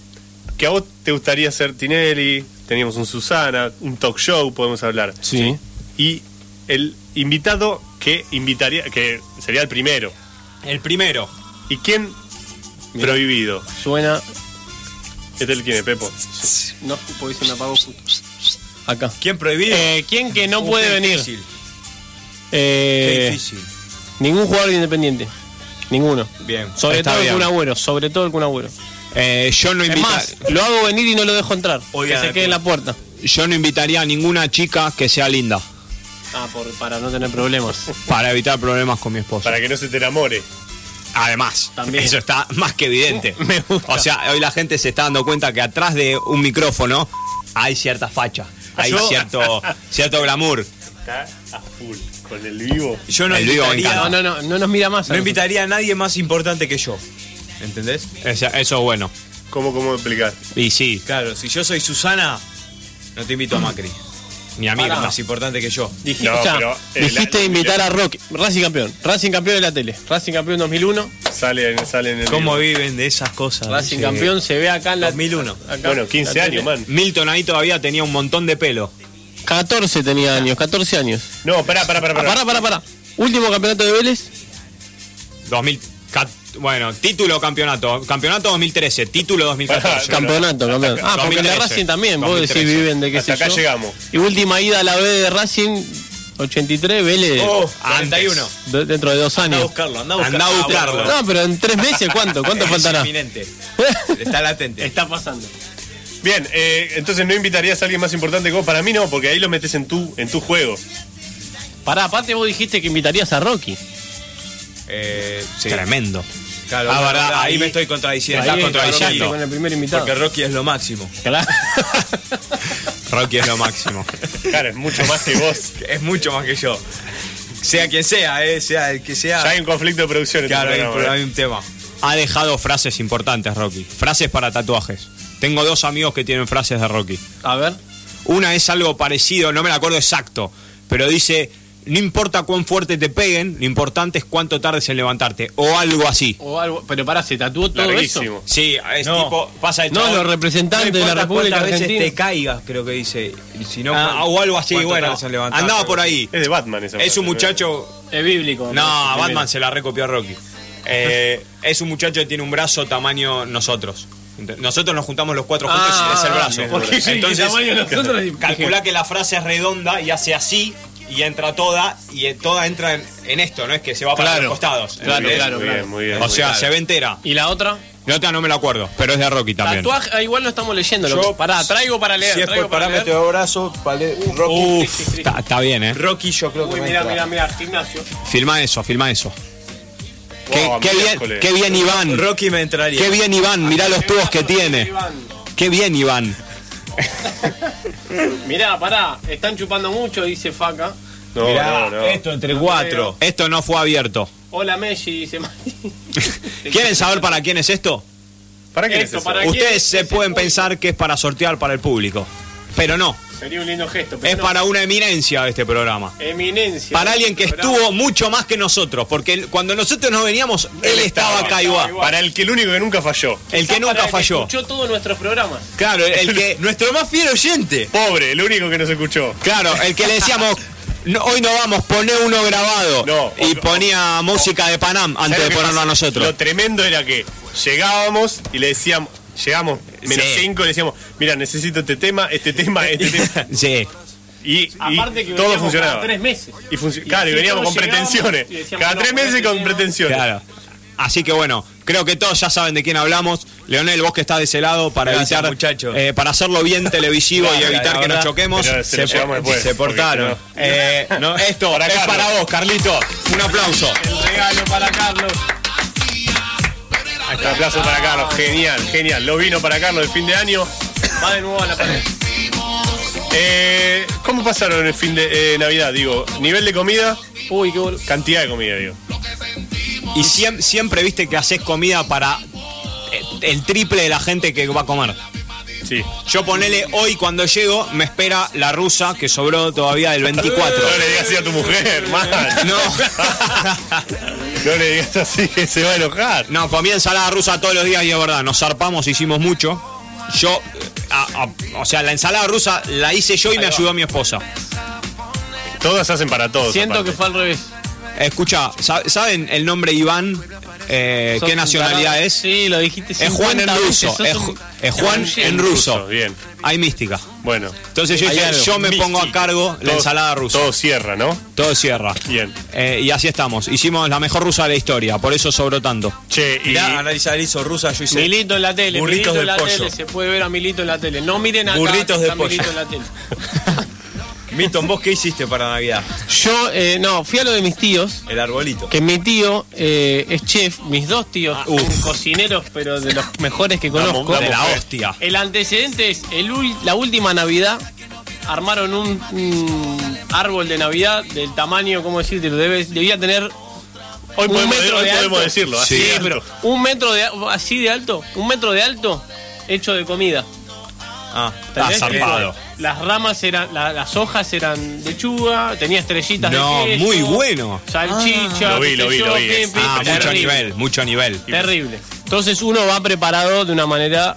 que a vos te gustaría ser Tinelli, teníamos un Susana, un talk show, podemos hablar.
Sí.
Y el invitado que invitaría, que sería el primero.
El primero.
¿Y quién? Prohibido.
Suena.
¿Este el quién es, Pepo?
No, porque se me apagó justo. Acá.
¿Quién prohibido?
Eh, ¿Quién que no
Uh,
puede
qué
venir?
difícil, qué
Eh,
difícil.
ningún jugador de independiente. Ninguno.
Bien.
Sobre
está
todo el
bien.
Kun Agüero, sobre todo el Kun Agüero.
Eh, yo no
Es
invita-
más, lo hago venir y no lo dejo entrar.
Oiga,
que se quede en la puerta.
yo no invitaría a ninguna chica que sea linda
Ah, por, para no tener problemas.
para evitar problemas con mi esposa.
Para que no se te enamore.
Además,
También.
eso está más que evidente.
Me gusta.
O sea, hoy la gente se está dando cuenta que atrás de un micrófono hay cierta facha, hay
Yo-
cierto, cierto glamour.
Está a full con el vivo.
Yo no
El vivo me
invitaría,
No,
encanta.
no, no, no nos mira más. a
no
nosotros.
invitaría a nadie más importante que yo. ¿Entendés?
Esa- eso es bueno.
¿Cómo, cómo explicar?
Y sí,
Claro, si yo soy Susana, no te invito a Macri.
mi amigo.
Amigo,
no.
más importante que yo.
Dijiste,
No,
escuchá,
pero, eh,
dijiste
la- la-
invitar a Rock, Racing campeón, Racing campeón de la tele, Racing campeón 2001,
Sale, en- sale en el.
¿Cómo
vivo.
viven de esas
Ah,
cosas?
Racing
Sí.
campeón se ve acá en la
2001.
acá,
Bueno,
la
15
tele.
años, man.
Milton ahí todavía tenía un montón de pelo.
14 tenía años, 14 años.
No, pará, pará, pará.
Ah,
pará.
pará, pará, pará. Último campeonato de Vélez,
2000, ca- bueno, título campeonato. Campeonato 2013, título 2014.
Pará,
campeonato, campeonato. Ah, porque el de
2013.
Racing también, vos decís
2013.
viven de qué
Hasta
sé
acá
yo.
llegamos.
Y última ida a la B de Racing, 83, Vélez,
Oh,
Antes.
41.
de- dentro de dos
Andá a
años.
buscarlo, andá a
Andá
buscarlo.
a buscarlo.
No, pero en tres meses, ¿cuánto? ¿Cuánto
Es
faltará?
inminente. Está latente.
Está pasando.
Bien, eh, entonces no invitarías a alguien más importante que vos. Para mí no, porque ahí lo metes en tu, en tu juego.
Pará, aparte vos dijiste que invitarías a Rocky.
Eh, sí.
Tremendo.
Claro,
Ah,
bueno,
verdad,
ahí,
ahí-
me estoy contradiciendo.
Estás
Ahí
contradiciendo.
Con el primer invitado.
Porque Rocky es lo máximo.
Claro.
Rocky es lo máximo.
Claro, es mucho más que vos.
Es mucho más que yo. Sea quien sea, eh, sea el que sea.
Ya hay un conflicto de producción en tu
claro, hay, un-
programa,
hay
¿eh?
un tema.
Ha dejado frases importantes, Rocky. Frases para tatuajes. Tengo dos amigos que tienen frases de Rocky.
A ver.
Una es algo parecido, no me la acuerdo exacto, pero dice, no importa cuán fuerte te peguen, lo importante es cuánto tardes en levantarte, o algo así.
O algo. Pero pará, se tatuó todo
Larguísimo.
Sí, es
No.
tipo, pasa el
No,
chabón-
los representantes de la
importa
República
cuántas veces
Argentina.
te caigas, creo que dice. Y Si no,
Ah,
cuán-
o algo así,
cuánto
bueno,
tardas en levantarte,
andaba
algo
por
así.
ahí.
Es de Batman esa
Es
frase,
un muchacho
Es bíblico.
No, Batman se la recopió a Rocky. Eh, es un muchacho que tiene un brazo tamaño nosotros. Ent- Nosotros nos juntamos los cuatro juntos
Ah,
y es el brazo.
porque sí,
Entonces,
tamaño nosotros y-
calculá que la frase es redonda y hace así y entra toda y eh, toda entra en, en esto, no es que se va para
Claro,
los costados.
claro,
¿entendés?
claro,
muy
claro.
bien, muy bien.
O
muy
sea,
bien.
se ve entera.
¿Y la otra?
La otra no me la acuerdo, pero es de Rocky también.
Tatuaje, ah, igual no estamos leyendo. lo
Yo-
que- pará, traigo para leer.
Si es
traigo
por parámetro
leer.
de brazo, pale- Rocky,
Uf, está está bien, eh.
Uh, Rocky yo creo que
Uy,
me
mirá,
entra.
mirá, mirá, gimnasio.
Filma eso, filma eso. Qué,
Wow,
qué bien,
miércoles.
qué bien Iván.
Rocky me entraría.
Qué bien Iván, mirá los tubos que tiene. Qué bien Iván.
Mirá, pará, están chupando mucho, dice Faca.
No,
Mirá,
no, no.
esto entre cuatro.
Esto no fue abierto.
Hola Messi, dice Mati.
¿Quieren saber para quién es esto?
¿Para qué
Esto,
es eso?
para- quién
Ustedes
es
se
ese
pueden
público?
pensar que es para sortear para el público. Pero no,
Sería un lindo gesto. pero
es
no.
para una eminencia de este programa.
Eminencia.
Para alguien que
Programa.
estuvo mucho más que nosotros, porque él- cuando nosotros nos veníamos, él estaba acá igual.
Para el que el único que nunca falló.
El que
Quizás para
nunca falló.
Escuchó todos nuestros programas.
Claro, el- el que.
Nuestro más fiel oyente.
Pobre, el único que nos escuchó.
Claro, el que le decíamos. "No, hoy no vamos, poné uno grabado.
No,
y
o-
ponía música de Panam antes
¿Sabes
de
lo que
ponerlo
pasa?
a nosotros.
Lo tremendo era que llegábamos y le decíamos, llegamos menos
Sí.
cinco y le decíamos, mira, necesito este tema, este tema, este tema.
Sí.
Y, y
Aparte que
todo
veníamos
funcionaba.
cada tres meses.
Y func-
Y
claro, y
así
veníamos con
todos llegábamos
pretensiones.
y decíamos,
Cada
no,
tres
ponete
meses con
tema.
pretensiones.
Claro. Así que bueno, creo que todos ya saben de quién hablamos. Leonel, vos que estás de ese lado para
Gracias,
evitar,
muchacho.
eh, para hacerlo bien televisivo y
Claro,
evitar
la
que nos
verdad,
choquemos.
pero se lo
po-
llevamos después,
se portaron.
porque
Eh, no, esto es
Carlos.
para vos, Carlito. Un aplauso.
Regalo para Carlos.
Un aplauso para Carlos, genial, genial. Lo vino para Carlos el fin de año.
Va de nuevo a la pared.
Eh, ¿Cómo pasaron el fin de eh, Navidad? Digo, nivel de comida,
Uy, qué bol...
cantidad de comida, digo.
Y siem- siempre viste que haces comida para eh, el triple de la gente que va a comer.
Sí.
Yo ponele hoy cuando llego, me espera la rusa que sobró todavía del 24.
No le digas así a tu mujer, man.
No.
No le digas así que se va a enojar.
No, comí ensalada rusa todos los días y es verdad, nos zarpamos, hicimos mucho. Yo, eh, a- a- o sea, la ensalada rusa la hice yo y me ayudó mi esposa.
Todas hacen para todos.
Siento
aparte.
que fue al revés.
Escucha, ¿saben el nombre Iván? Eh,
Sos
¿Qué
un
nacionalidad
tarado.
es?
Sí, lo dijiste
Es Juan en
50 veces,
ruso.
sos
Es,
un-
Ju- es Juan en ruso.
Bien.
Hay mística.
Bueno.
Entonces yo,
Hay
dije,
algo.
yo me pongo a
Místico.
cargo la
Todo-
ensalada rusa.
Todo cierra, ¿no?
Todo cierra.
Bien.
Eh, y así estamos. Hicimos la mejor rusa de la historia, por eso sobró tanto.
Che, y
Mirá, analizar hizo rusa, yo hice.
Milito en la tele,
Burritos
Milito en
de
la
pollo.
tele, se puede ver a Milito en la tele. No miren acá
Burritos
que
de
está
pollo.
Milito en la tele.
Milton, ¿vos qué hiciste para Navidad?
Yo, eh, no, fui a lo de mis tíos,
El arbolito.
que mi tío eh, es chef, mis dos tíos
Ah,
son cocineros, pero de los mejores que conozco.
de la hostia.
El antecedente es el ul- la última Navidad. Armaron un, un árbol de Navidad del tamaño, ¿cómo decirte? debía tener
hoy,
un
podemos,
metro
hoy
de
podemos
alto.
decirlo. así
Sí,
de alto.
pero un metro de a- así de alto, un metro de alto hecho de comida.
Ah,
Está
¿entendés?
zarpado.
eh, Las ramas eran, la- las hojas eran lechuga, tenía estrellitas
No,
de queso,
muy bueno.
Salchicha,
Lo vi,
qué
lo
sé
vi,
yo,
lo vi,
pim,
es-
pim,
Ah, mucho
terrible,
nivel, mucho nivel.
Terrible. Entonces uno va preparado de una manera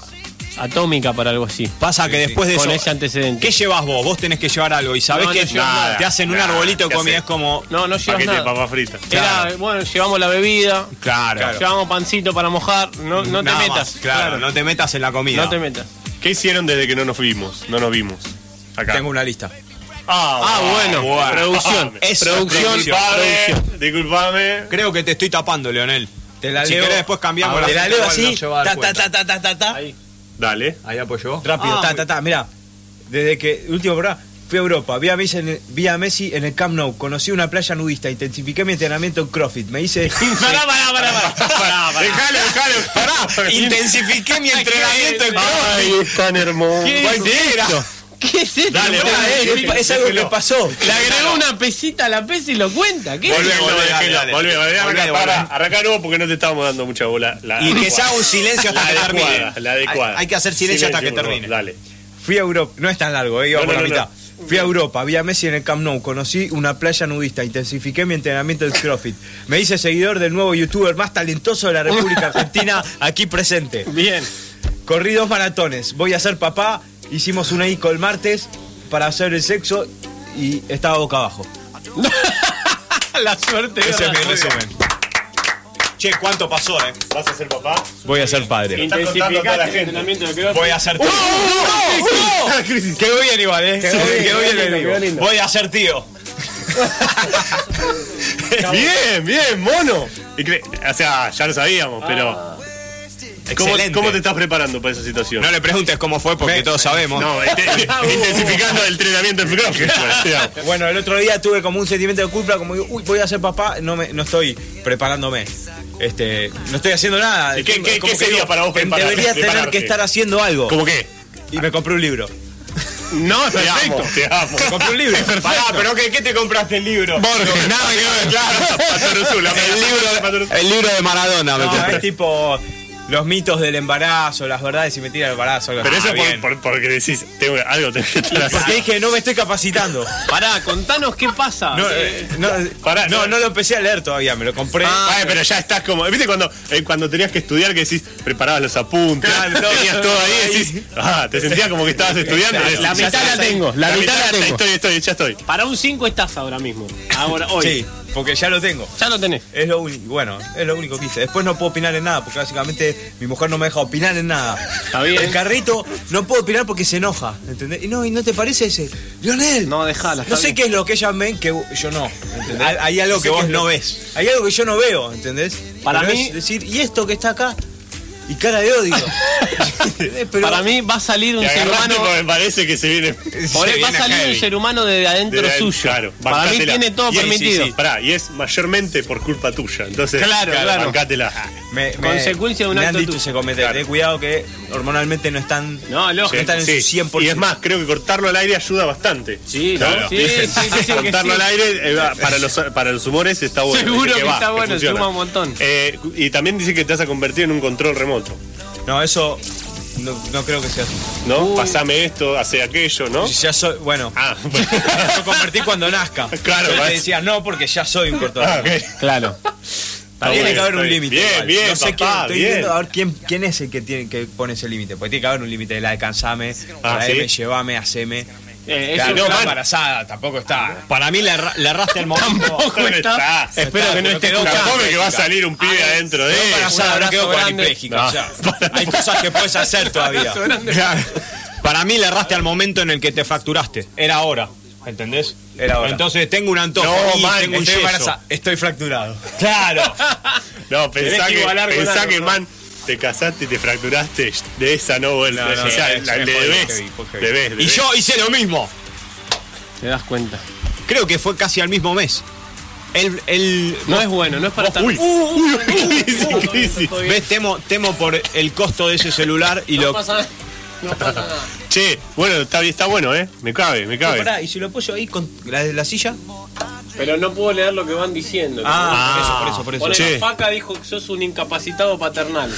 atómica para algo así.
Pasa que después de
Con
eso.
ese antecedente.
¿Qué llevas vos? Vos tenés que llevar algo y sabés
No, no
que
llevo nada.
te hacen un
Nada,
arbolito de
¿qué
comida.
haces?
Es como.
No, no llevas
Paquete de
nada.
papa frita.
Era, bueno, llevamos la bebida,
Claro,
llevamos pancito para mojar, no, no te
Nada más,
metas.
claro, no te metas en la comida.
No te metas.
¿Qué hicieron desde que no nos vimos? No nos vimos. Acá.
tengo una lista.
Ah, bueno, producción.
Es
producción.
producción,
Disculpame. Disculpame.
Creo que te estoy tapando, Leonel.
Te la
si
leo. Ah,
querés, después cambiamos
Te la
gente,
leo
igual
así.
no se va a dar
Ta, ta,
cuenta.
ta, ta, ta, ta, ta.
Ahí.
Dale.
Ahí apoyó.
Rápido,
Ah,
ta, ta, ta. Mirá, desde que último programa fui a Europa, vi a, Messi en el, vi a Messi en el Camp Nou, conocí una playa nudista, intensifiqué mi entrenamiento en CrossFit, me hice...
Pará, pará, pará, pará. Pará, pará.
Dejalo, dejalo.
Pará, intensifiqué mi entrenamiento en
Ay, es tan hermoso.
Cualquiera.
¿Qué es esto?
Dale,
Pará,
dale,
eh,
dale.
le-
Es, es algo que pasó.
Le agregó una pesita a la pesa y lo cuenta. ¿Qué es
Volvé,
esto?
volvé,
volvé,
dale,
dejalo,
dale.
volvé, volvé,
Volvé,
arranca,
volvé.
para, arranca nuevo porque no te estábamos dando mucha bola. La
Y que se
adecuada.
haga un silencio hasta
la
que
adecuada,
termine.
La adecuada.
Hay- hay que hacer silencio hasta que
por favor,
termine.
Dale.
Fui a Europa, no es tan largo, eh, iba
No,
por
no,
la
no,
mitad. Fui a Europa, vi a Messi en el Camp Nou, conocí una playa nudista, intensifiqué mi entrenamiento en CrossFit. Me hice seguidor del nuevo youtuber más talentoso de la República Argentina, aquí presente.
Bien.
Corrí dos maratones, voy a ser papá, hicimos una ICO el martes para hacer el sexo y estaba boca abajo.
La suerte.
Ese es mi
¿verdad?
resumen. Che, ¿cuánto pasó, eh?
¿Vas a ser papá?
Voy a ser padre.
contando a toda la
Intensificaste el
gente.
entrenamiento de CrossFit.
Voy a ser tío.
Quedó bien igual, ¿eh? Quedó bien, quedó bien, el dibujo.
Voy a ser tío.
Bien, bien, mono. Y cre- O sea, ya lo sabíamos,
Ah.
pero. ¿Cómo,
Excelente.
cómo te estás preparando para esa situación?
No le preguntes cómo fue porque todos sabemos.
No, este- intensificando el entrenamiento en CrossFit. pues, digamos.
Bueno, el otro día tuve como un sentimiento de culpa, como digo, uy, voy a ser papá, no, me, no estoy preparándome. Este, no estoy haciendo nada.
¿Y qué- qué-
Como
qué sería para vos
"Te-
preparar-
Deberías tener
prepararte?
que estar haciendo algo.
¿Cómo qué?
y me compré un libro.
No, es perfecto. Te amo.
Me compré un libro.
Es perfecto.
Pará, pero ¿qué, qué te compraste el libro?
Borges, nada que ver. Patoruzula,
El libro,
Eh,
el libro de Maradona me
No,
compré.
es tipo los mitos del embarazo, las verdades y mentiras del embarazo. algo
Pero
así.
eso
Ah,
por,
bien.
por- porque decís, tengo, algo tengo que estar
Porque
haciendo.
dije, no me estoy capacitando.
Pará, contanos qué pasa.
No,
Eh,
eh, no,
Pará,
no,
no.
no lo empecé a leer todavía, me lo compré.
Ah,
Ah,
Ay, pero ya estás como. ¿Viste cuando, eh, cuando tenías que estudiar que decís, preparabas los apuntes,
Claro, todo.
tenías todo ahí, decís, ah, te sentías como que estabas estudiando.
Claro,
decís,
la
ya
mitad
estás
la
ahí.
tengo, la mitad la
ya
tengo.
Estoy, estoy, ya estoy.
Para un 5 estás ahora mismo. Ahora, hoy.
Sí, porque ya lo tengo.
Ya lo tenés.
Es lo único, bueno, es lo único que hice. Después no puedo opinar en nada, porque básicamente mi mujer no me deja opinar en nada.
Está bien.
El carrito no puedo opinar porque se enoja, ¿entendés? Y no, y no te parece ese. Lionel.
No, dejala, está
No sé
bien.
qué es lo que ellas ven que yo no, ¿entendés? Hay, hay algo
que vos no
ves. Hay algo que yo no veo, ¿entendés?
Para
Pero
mí-
es decir, ¿y esto que está acá? Y cara de odio. ¿Entendés? Pero-
Para mí va a salir un
Te
ser
agarraste
humano.
porque me parece que se viene.
por-
se
va a
viene
salir
heavy.
un ser humano de adentro
de-
suyo.
Claro,
Para mí
bancátela.
tiene todo
Y es-
permitido.
sí, sí, pará, y es mayormente por culpa tuya. Entonces,
Claro, claro. Ah.
bancátela.
Me, me-
Consecuencia de un
me
acto
han dicho
tuyo.
ese comentario.
Claro.
Ten cuidado que hormonalmente no están.
No, lógico.
no están en
Sí,
su 100%.
Y es más, creo que cortarlo al aire ayuda bastante.
Sí, ¿no? Sí,
dicen,
sí, dicen que
cortarlo
sí.
al aire eh, va, para los, para los humores está bueno.
Seguro
dicen
que
va,
está bueno,
funciona.
suma un montón.
Eh, y también dice que te vas a convertir en un control remoto.
No, eso no, no creo que sea.
¿No? Pasame esto, hace aquello, ¿no?
Ya soy, bueno,
Ah, bueno.
lo convertí cuando nazca.
Claro,
Yo te
vas-
decía no porque ya soy un cortador.
Ah, ok.
Claro.
tiene
bien,
que haber
está
un
bien.
límite.
Bien,
igual.
bien,
no sé
papá,
quién, estoy
bien.
viendo a ver quién, quién es el que tiene que pone ese límite. Porque tiene que haber un límite de la alcanzame,
Ah,
traeme,
¿sí?
llevame, haceme.
Eh, eso-
Claro,
no,
no,
man.
embarazada, tampoco está.
Para mí la, erra- la erraste al momento.
Tampoco está.
Estás.
Espero que no esté
Quedó
escuchando.
Supone que va a salir un
Ah,
pibe adentro eh. de
Quedó
él.
embarazada, no
abrazo
quedó
grande.
cuadripléjica.
No.
o sea, hay cosas que puedes hacer todavía.
Claro. Para mí la erraste al momento en el que te fracturaste. Era ahora. ¿Entendés?
Era ahora.
Entonces tengo un antojo.
No,
y
man,
tengo un
Estoy
yeso.
embarazada, estoy fracturado.
Claro.
No,
Tenés
pensá
que
que,
igualar con
pensá
algo,
que
¿no?
man, te casaste y te fracturaste. De esa no vuelta.
No, no,
o sea,
no,
la-
no,
le
no,
debes.
heavy, fue heavy.
debes,
Y
debes.
yo hice lo mismo.
Te das cuenta.
Creo que fue casi al mismo mes. El, el,
No es bueno, no es para estar.
Oh, Uy, uy, crisis, crisis.
¿Ves? Temo, temo por el costo de ese celular y lo.
pasa- no pasa nada.
Che, bueno, está, bien- está bueno, ¿eh? Me cabe, me cabe.
Pará, y si lo apoyo ahí con la, la silla.
Pero no puedo leer lo que van diciendo.
Ah,
por eso, por eso, por
Ah, Por
eso.
Che.
faca dijo que sos un incapacitado paternal.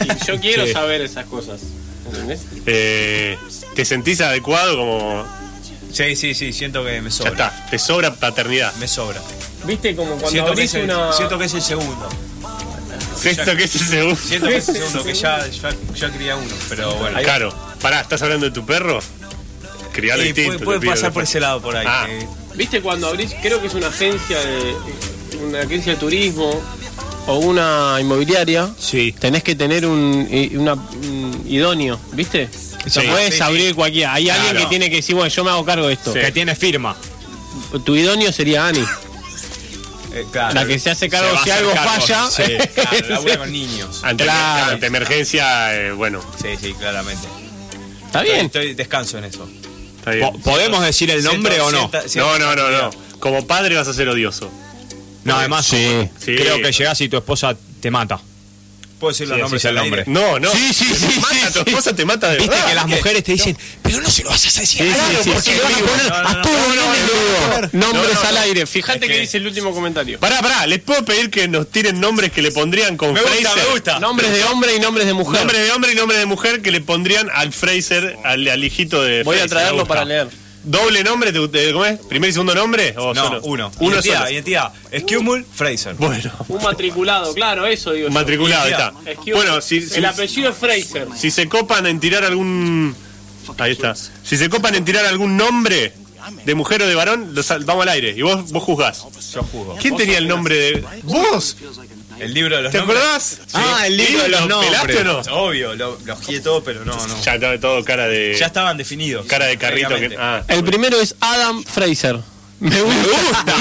Y yo quiero
Sí.
saber esas cosas. ¿Entendés?
Eh, ¿Te sentís adecuado como...
Sí, sí, sí, siento que me
Ya
sobra.
está, te sobra paternidad.
Me sobra.
Viste como cuando
Siento que,
abrís
es el,
una.
siento que es el segundo.
Sexto que es el segundo.
Siento que es el segundo, que ya, ya, ya cría uno, pero bueno.
Claro, pará, ¿estás hablando de tu perro? Crialo
Sí,
distinto.
Eh, puede
te
puede
pido
pasar
que
por
pase.
ese lado por ahí. eh.
Ah.
que-
Viste cuando abrís, creo que es una agencia de. una agencia de turismo. O una inmobiliaria.
Sí.
Tenés que tener un, i- una, un idóneo, ¿viste?
Sí.
no puedes
Sí, sí.
abrir cualquiera. Hay alguien
Claro.
que tiene que decir, bueno, yo me hago cargo de esto.
Sí.
Que tiene firma.
Tu idóneo sería Ani,
eh, claro.
la que se hace cargo
va a
si
hacer
algo
cargo,
falla.
sí.
Claro, labura con niños.
Ante,
Claro.
ante emergencia, eh, bueno,
Sí, sí, claramente.
Está bien.
Estoy, estoy- descanso en eso.
está bien.
Po- ¿Podemos decir el nombre
Siento-
o no?
sienta- siento-
No, no, no, no. Como padre vas a ser odioso.
No, además,
Sí.
Sí.
creo que llegás y tu esposa te mata.
Puedo decir los
Sí,
nombres
decís el
al aire? Ah,
nombre.
No, no.
Sí, sí,
Te
sí,
Mata,
sí,
tu
sí.
esposa te mata de
Viste
verdad.
que las mujeres te dicen, pero no se lo vas a decir. a nadie, porque le
No,
van a poner
no,
a
no,
todo
no,
el
no,
mundo".
Nombres
No, no,
al
no.
aire. Fíjate
Es
que
que-
dice el último comentario.
Pará, pará, les puedo pedir que nos tiren nombres que le pondrían con
Me gusta,
Fraser.
me gusta.
Nombres de hombre y nombres de mujer.
Ah. Nombres de hombre y nombre de mujer que le pondrían al Fraser, al, al hijito de
Voy a
Fraser, me
traerlo
gusta.
para leer.
¿Doble nombre? ¿Te- te- ¿Cómo es? ¿Primer y segundo nombre? ¿O
No,
solo?
uno.
Uno
identidad,
solo.
identidad. Skewmul, Fraser.
Bueno,
Un matriculado, claro, eso digo. yo.
matriculado está.
Es que-
Bueno, si,
el
si,
apellido es Fraser.
si se copan en tirar algún... Ahí está. Si se copan en tirar algún nombre de mujer o de varón, lo sal- vamos al aire. Y vos, vos juzgás.
Yo juzgo.
¿Quién tenía el nombre de...? ¡Vos!
El libro de los
¿Te
nombres.
acordás?
Ah, el libro de los
¿Lo ¿Pelaste o no?
nombres.
Obvio, lo- los guié todo, pero no, no.
Ya estaba todo cara de...
Ya estaban definidos.
Cara de carrito que...
previamente.
Ah.
El primero es Adam Fraser. Me gusta.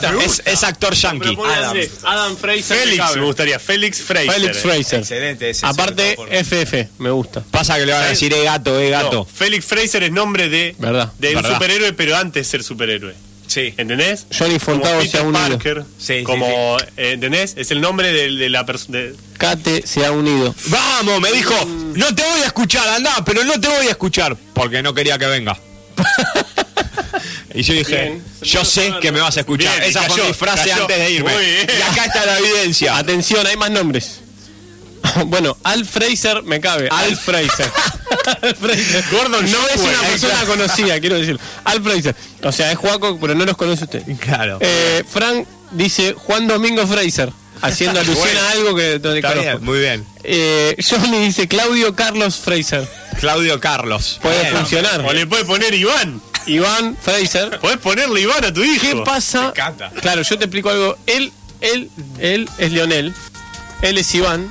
Ah. me gusta.
Es, es actor yankee.
Propone
Adam.
Andrés, Adam Fraser.
Félix
Cabe.
me gustaría. Félix Fraser.
Felix
ah.
Fraser.
Excelente ese. sobre
Aparte,
todo por-
FF, me gusta.
Pasa que le van a decir, eh gato, eh
No,
gato.
Félix Fraser es nombre de,
Verdad,
de un
verdad.
superhéroe, pero antes de ser superhéroe.
Sí.
¿Entendés?
Johnny Fontao
como
se ha
Peter
unido.
Parker,
Sí, sí,
como, eh, ¿entendés? Es el nombre de, de la persona.
Kate se ha unido.
Vamos, me dijo, no te voy a escuchar, andá, pero no te voy a escuchar. Porque no quería que venga. y yo dije,
Bien.
yo sé que me vas a escuchar.
Bien,
Esa
cayó,
fue mi frase
cayó.
antes de irme.
Muy bien.
Y acá está la evidencia.
Atención, hay más nombres. bueno, Al Fraser me cabe. Al Fraser. Al Fraser.
Gordon
no es una
Shockwave.
persona conocida, quiero decirlo. Al Fraser. O sea, es Juaco, pero no los conoce usted.
Claro.
Eh, Frank dice Juan Domingo Fraser, haciendo alusión
Bueno.
a algo que donde
Está
conozco.
bien, muy bien.
Eh, Johnny dice Claudio Carlos Fraser.
Claudio Carlos.
Puede
Bueno,
funcionar.
O le puedes poner Iván.
Iván Fraser.
Podés ponerle Iván a tu
¿Qué
hijo.
pasa?
encanta.
Claro, yo te explico algo. Él, él, él es Leonel. Él es Iván.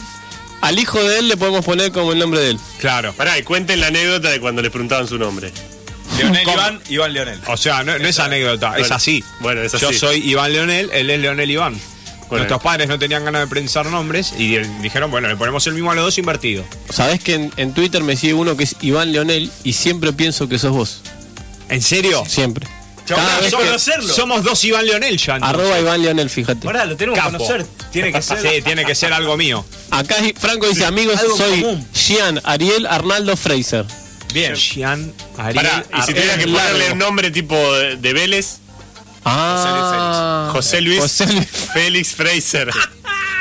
Al hijo de él le podemos poner como el nombre de él.
Claro.
Pará, y cuenten la anécdota de cuando les preguntaban su nombre.
Leonel Iván, Iván Leonel.
O sea, no, no es anécdota, es
Bueno,
así.
bueno, es
Yo
así.
soy Iván Leonel, él es Leonel Iván. Nuestros padres no tenían ganas de pensar nombres y eh, dijeron, bueno, le ponemos el mismo a los dos invertido.
Sabés que en, en Twitter me sigue uno que es Iván Leonel y siempre pienso que sos vos.
¿En serio?
Siempre. Cada
Claro,
vez
somos,
que-
conocerlo.
somos dos Iván Leonel ya. entonces.
arroba Iván Leonel, fíjate.
Ahora lo tenemos que
Capo.
conocer. Tiene que ser.
Sí, tiene que ser algo mío.
Acá hay- Franco dice, amigos,
algo
soy
común.
Gian Ariel Arnaldo Fraser.
Bien. Gian Ariel.
Pará, y si
Ar-
tuviera que
Largo.
ponerle un nombre tipo de, de Vélez,
Ah,
José Luis,
José Luis.
Félix Fraser.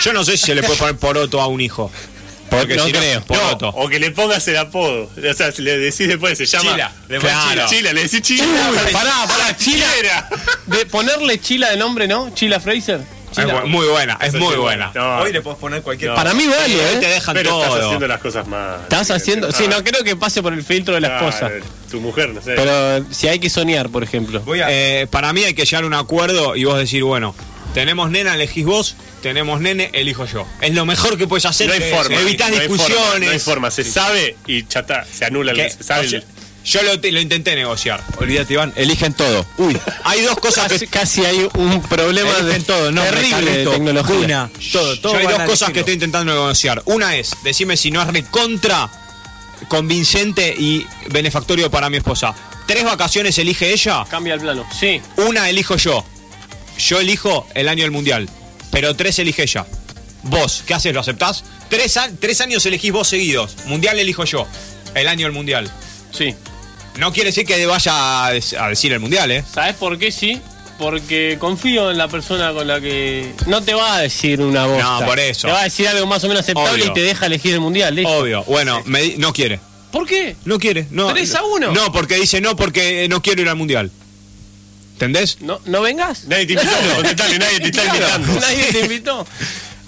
Yo no sé si se le puede poner poroto a un hijo.
no
si
creo.
No,
Poroto.
o que le pongas el apodo. O sea, si le decís después, se llama.
Chila. Le pones
Claro.
Chila.
Chila, le decís Chila.
Uy, pará, pará, Chila.
Chilera.
De ponerle Chila de nombre, ¿no? Chila Fraser.
Es bu- muy buena, es muy buena.
No,
Hoy le podés poner cualquier.
Para mí vale,
Hoy te
¿eh?
dejan
pero estás
todo.
haciendo las cosas mal.
Estás haciendo... Sí, no creo que pase por el filtro de
Ah.
la
Claro,
esposa.
Tu mujer, no sé.
Pero si hay que soñar, por ejemplo.
Voy a.
Eh, para mí hay que llegar a un acuerdo y vos decir, bueno, tenemos nena, elegís vos, tenemos nene, elijo yo. Es lo mejor que puedes hacer.
no hay
eh,
forma.
Evitás
no hay forma,
discusiones.
no hay forma. Se sabe y ya está. Se anula.
Que-
el- se sabe
o sea,
el-
yo lo, lo intenté negociar.
Olvídate, Iván. Eligen todo.
Uy,
Hay dos cosas que
casi, casi hay un problema de,
Eligen todo, no.
terrible de tecnología.
Una, todo, todo.
Yo hay
van
dos
a
cosas que estoy
elegirlo.
intentando negociar. Una es, decime si no es recontra convincente y benefactorio para mi esposa. Tres vacaciones elige ella,
Cambia el plano. Sí.
una elijo yo. Yo elijo el año del mundial, pero tres elige ella. Vos, ¿qué haces? ¿Lo aceptás? Tres, a- tres años elegís vos seguidos. Mundial elijo yo. El año del mundial.
Sí.
No quiere decir que vaya a, des- a decir el mundial, ¿eh?
¿Sabes por qué sí? Porque confío en la persona con la que.
No te va a decir una voz.
por eso.
Te va a decir algo más o menos aceptable
Obvio.
y te deja elegir el mundial. listo.
Obvio. Bueno, me di- no quiere.
¿Por qué?
No quiere, no.
Tres a uno.
No, porque dice no, porque eh, no quiero ir al mundial. ¿Entendés?
¿No, ¿No vengas?
Nadie te invitó. contestale, nadie te está invitando.
Nadie te invitó.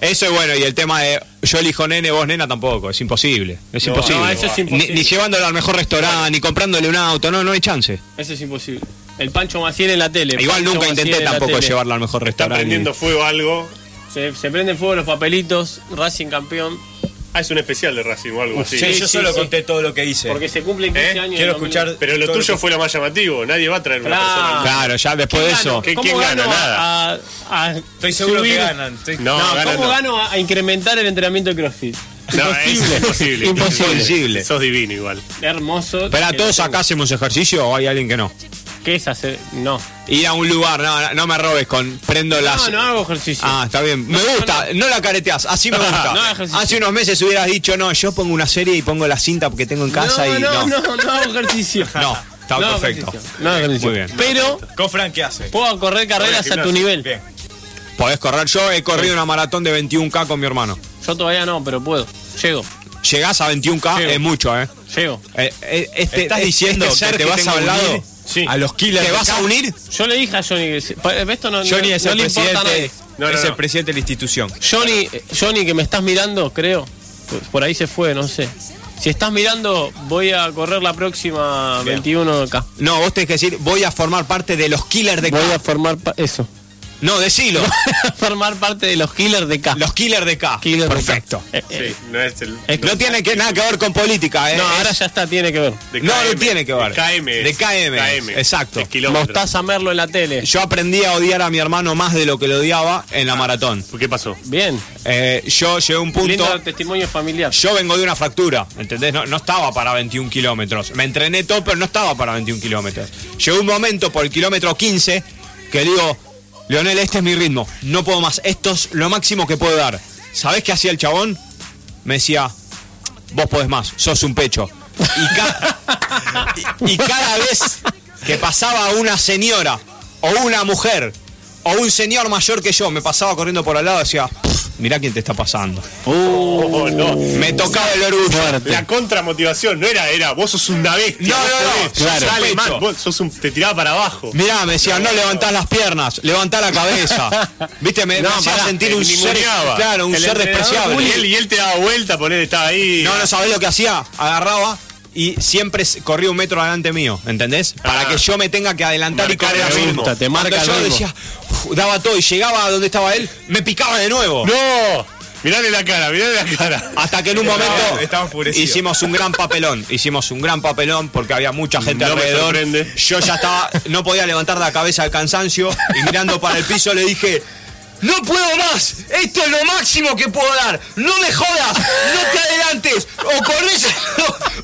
Eso es bueno, y el tema de yo elijo nene, vos nena tampoco, es imposible. Es
No,
imposible.
no, eso es imposible.
Ni, ni llevándolo al mejor restaurante, ni comprándole un auto, no, no hay chance.
Eso es imposible. El
Pancho Maciel en la tele.
Igual
Pancho
nunca
Maciel
intenté
en la
tampoco
tele.
llevarlo al mejor
Está
restaurante.
prendiendo fuego algo.
Se, se prenden fuego los papelitos, Racing campeón.
Ah, es un especial de Racing o algo así.
Sí, yo
sí,
solo
sí.
conté todo lo que hice.
Porque se cumplen 15
¿Eh?
años.
Quiero
del
escuchar.
Pero lo
todo
tuyo
que-
fue lo más llamativo. Nadie va a traer una
Claro.
persona.
Claro, ya después de eso.
¿Qué-
¿Cómo
quién
gano
gana?
a-
Nada.
A, a
Ah, Estoy seguro
Ah, subir-
que ganan. estoy-
No,
No,
gana
¿Cómo
no.
gano a, a incrementar el entrenamiento de CrossFit?
No, es imposible.
Imposible.
Sos divino igual.
Hermoso.
¿Pero
Que
todos
lo tengo.
acá hacemos ejercicio o hay alguien que no?
¿Qué es hacer? No.
Ir a un lugar, no, no, no me robes con prendo las.
No, no hago ejercicio.
Ah, está bien. Me gusta, no, la careteás, así me gusta.
No, ejercicio.
Hace unos meses hubieras dicho, no, yo pongo una serie y pongo la cinta porque tengo en casa
no,
y
no, no, no, hago ejercicio.
No, está
No hago
perfecto.
ejercicio. No hago ejercicio.
Muy bien.
Pero
Con Frank, ¿qué hace?
puedo correr carreras a tu nivel.
Bien.
Podés correr. Yo he corrido una maratón de 21K con mi hermano.
Yo todavía no, pero puedo. Llego,
Llegás a 21K,
Sí.
es mucho, ¿eh?
llego.
Eh, eh, este-
¿Estás
este
diciendo
ser
que te vas
tengo
a
al
unir?
lado?
Sí.
¿A los kilos? ¿Te vas a unir?
Yo le dije a Johnny que se- pa- eh, esto no, no-
Johnny es
no
el
le importa a
presidente.
nadie.
No, no,
es el
no.
presidente de la institución.
Johnny, eh, Johnny, que me estás mirando, creo. Por- Por ahí se fue, no sé. Si estás mirando, voy a correr la próxima 21 acá.
No, vos tenés que decir, voy a formar parte de los killers de K.
Voy a formar pa- eso.
No, decilo.
formar parte de los killers de K.
los killers de K.
Killers de K.
Perfecto.
Eh, eh,
Sí, no es el.
Es-
No tiene que, nada que ver con política, ¿eh?
no,
Es-
ahora ya está, tiene que ver.
de
no, no
KM,
tiene que ver.
De KM. es.
De KM, exacto.
Es kilómetro.
Mostaza Merlo en la tele.
Yo aprendí a odiar a mi hermano más de lo que lo odiaba en la maratón.
¿Qué pasó?
Bien.
Eh, yo llegué a un punto...
Lindo testimonio familiar.
Yo vengo de una fractura, ¿entendés? No, no estaba para 21 kilómetros. Me entrené todo, pero no estaba para 21 kilómetros. Llegó un momento por el kilómetro 15 que digo, Leonel, este es mi ritmo, no puedo más, esto es lo máximo que puedo dar. ¿Sabés qué hacía el chabón? Me decía, vos podés más, sos un pecho. Y, ca- y- y cada vez que pasaba una señora o una mujer o un señor mayor que yo, me pasaba corriendo por al lado, decía, mirá quién te está pasando.
Oh, no.
Me tocaba el orgullo.
La contramotivación no era, era, vos sos una bestia.
No,
vos
no, no,
podés, sos
claro.
alemán,
Pecho.
vos sos un, te tiraba para abajo.
Mirá, me decía, no, levantás las piernas, levantá la cabeza. Viste, me, me hacía
pará,
sentir
te
un ser,
ninguneaba.
claro, un
Ah, El
ser
entrenador
despreciable.
Y él, y él te daba vuelta, poner estaba ahí.
No, no sabés lo que hacía. Agarraba y siempre s- corría un metro adelante mío, ¿entendés? Para
Ah.
que yo me tenga que adelantar
Marcar
y
el
correr.
ritmo.
Te marca
Cuando
el
yo
ritmo.
decía, uf, daba todo y llegaba a donde estaba él, me picaba de nuevo.
¡No! Mirale la cara, mirale la cara.
Hasta que en un
Estaba-
momento
estaba enfurecido.
hicimos un gran papelón. Hicimos un gran papelón porque había mucha gente
No me
alrededor.
sorprende.
Yo ya estaba, no podía levantar la cabeza del cansancio y mirando para el piso le dije. ¡No puedo más! ¡Esto es lo máximo que puedo dar! ¡No me jodas! ¡No te adelantes! O corres,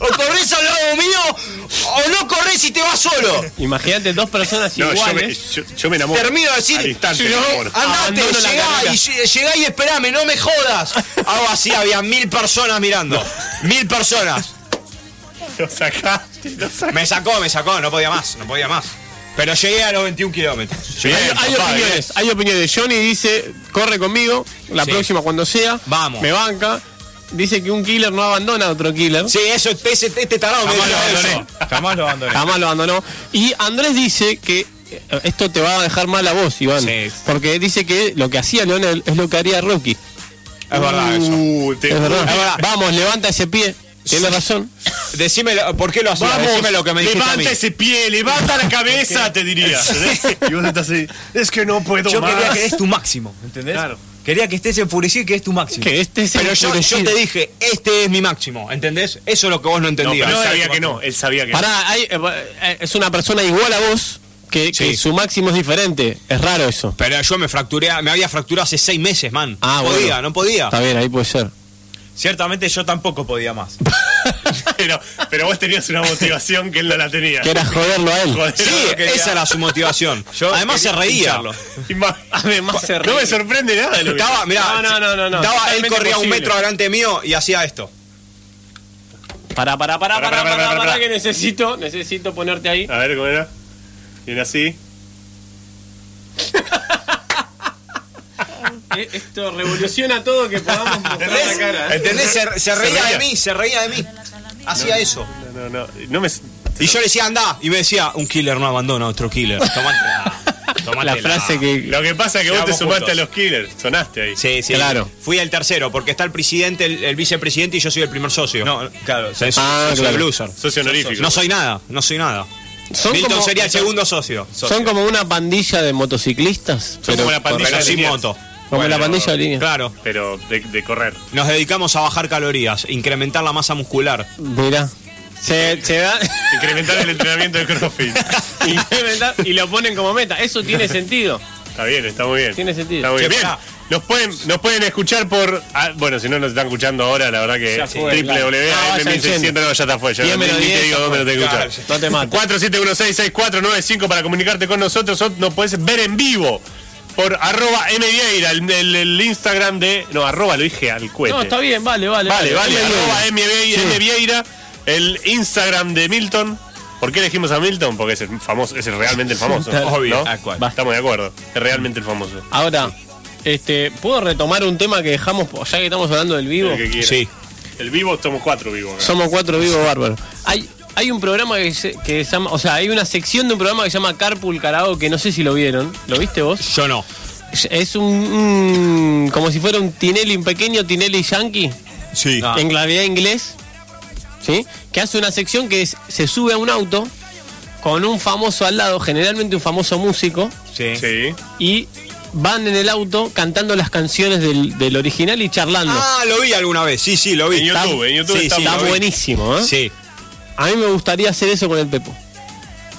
o corres al lado mío, o no corres y te vas solo.
Imagínate dos personas
No, yo me,
¿eh?
iguales.
yo, yo me enamoro.
Termino de decir,
Al instante,
si
me
no,
enamoro.
andate,
Abandono la
llegá
carrera.
y, lle- llegá y esperame, no me jodas. Hago así, había mil personas mirando. Mil personas.
Lo sacaste, lo sacaste.
Me sacó, me sacó, no podía más, no podía más. Pero llegué a los 21 kilómetros.
Bien,
Llegué-
papá,
Hay opiniones, hay opiniones. Johnny dice, corre conmigo, la
eh. Sí.
próxima cuando sea.
Vamos.
Me banca. Dice que un killer no abandona a otro killer.
Sí, eso, ese, este tarado me
Jamás lo
dijo eso.
abandoné. Jamás lo abandoné.
Jamás lo abandonó. Y Andrés dice que eh, esto te va a dejar mal a vos, Iván.
Sí.
Porque dice que lo que hacía Leonel es lo que haría Rocky.
Es verdad eso.
Uh, te-
Es verdad.
Es verdad.
Vamos, levanta ese pie. Tienes razón.
Decime, lo- ¿por qué lo hacía?
Vamos,
Decime lo que me dijiste a mí.
levanta ese pie, levanta la cabeza, te diría. y vos estás así, es que no puedo
Yo
más.
quería que es tu máximo, ¿entendés? Quería que estés enfurecido y que es tu máximo.
Que este es
Pero yo, yo
enfurecido.
te dije, este es mi máximo, ¿entendés? Eso es lo que vos no
No, pero
entendías.
él sabía que no, él sabía que no.
Pará, hay, eh, eh, es una persona igual a vos que, que
Sí.
su máximo es diferente. Es raro eso.
Pero yo me fracturé, me había fracturado hace seis meses, man.
Ah,
no
bueno.
podía, no podía.
Está bien, ahí puede ser.
Ciertamente yo tampoco podía más.
Pero, pero vos tenías una motivación que él no la tenía.
Que era joderlo a él.
Joder,
Sí,
no quería-
esa era su motivación. Además se reía.
pincharlo.
Ima-
Además se
No
ríe.
me sorprende nada de lo que-
Estaba, mirá,
No, no, no, no, no.
estaba- él
Totalmente
corría un
posible.
metro delante mío y hacía esto.
Para,
Pará,
para, para, para,
pará, pará,
para,
pará.
para, que necesito, necesito ponerte ahí.
A ver cómo era. Y era así.
Eh, Esto revoluciona todo que podamos mostrar la
¿Entendés?
cara. ¿eh?
¿Entendés? Se, se reía
reía.
de mí, se reía de mí. Hacía eso.
No, no, no. No me.
Y yo le decía, anda. Y me decía, un killer no abandona a otro killer. Tomátela.
La
Tomátela.
frase que.
Lo que pasa es que vos te
Llegamos
sumaste
juntos.
a los killers. Sonaste ahí.
Sí, sí.
Claro.
Fui el tercero, porque está el presidente, el, el vicepresidente y yo soy el primer socio.
No, claro.
O sea, soy-
Ah,
soy
claro.
el loser.
Socio honorífico.
No soy nada, no soy nada.
Son
Milton
como,
sería el segundo socio.
Son como una pandilla de motociclistas.
Son como la pandilla
Pero
de
sin
líneas.
moto.
Como la pandilla de línea.
Claro.
Pero de, de correr.
Nos dedicamos a bajar calorías, incrementar la masa muscular.
Mira. Se, se da.
Incrementar el entrenamiento de CrossFit.
y lo ponen como meta. Eso tiene sentido.
Está bien, está muy bien.
Tiene sentido.
Está muy bien.
Che,
Bien,
pará.
Nos pueden, nos pueden escuchar por. ah, bueno, si no nos están escuchando ahora, la verdad que
Ya fue, claro. Ah, vayan
www.m1600.
yendo.
No, ya está fue. Ya
Diez
no, ni-
menos
ni
diez,
te digo
ya
dónde
fue.
lo tenés que escuchar.
Claro, no te mates.
47166495 para comunicarte con nosotros. O nos podés ver en vivo por arroba mvieira, el, el- el Instagram de. No, arroba lo dije al cuete.
No, está bien, vale, vale.
Vale, vale,
Está bien.
arroba mvieira, mvieira, el Instagram de Milton. ¿Por qué elegimos a Milton? Porque es el famoso, es el realmente el famoso.
Obvio.
¿no?
Tal cual.
Estamos de acuerdo. Es realmente el famoso.
Ahora, este, ¿puedo retomar un tema que dejamos, ya que estamos hablando del vivo?
El que quiera.
Sí.
El vivo, somos cuatro vivos. acá.
Somos cuatro vivos bárbaros. Hay, hay un programa que se, que se llama, o sea, hay una sección de un programa que se llama Carpool Karaoke, no sé si lo vieron. ¿Lo viste vos?
Yo no.
Es un, un- como si fuera un Tinelli, un pequeño Tinelli yankee,
Sí.
en claridad inglés, ¿sí? Que hace una sección que es- se sube a un auto con un famoso al lado, generalmente un famoso músico,
Sí.
Sí.
y van en el auto cantando las canciones del, del original y charlando.
Ah, lo vi alguna vez. Sí, sí, lo vi.
En YouTube,
Está-
en YouTube
sí,
está
sí,
Está
lo vi.
buenísimo, ¿eh?
Sí.
A mí me gustaría hacer eso con el Pepo.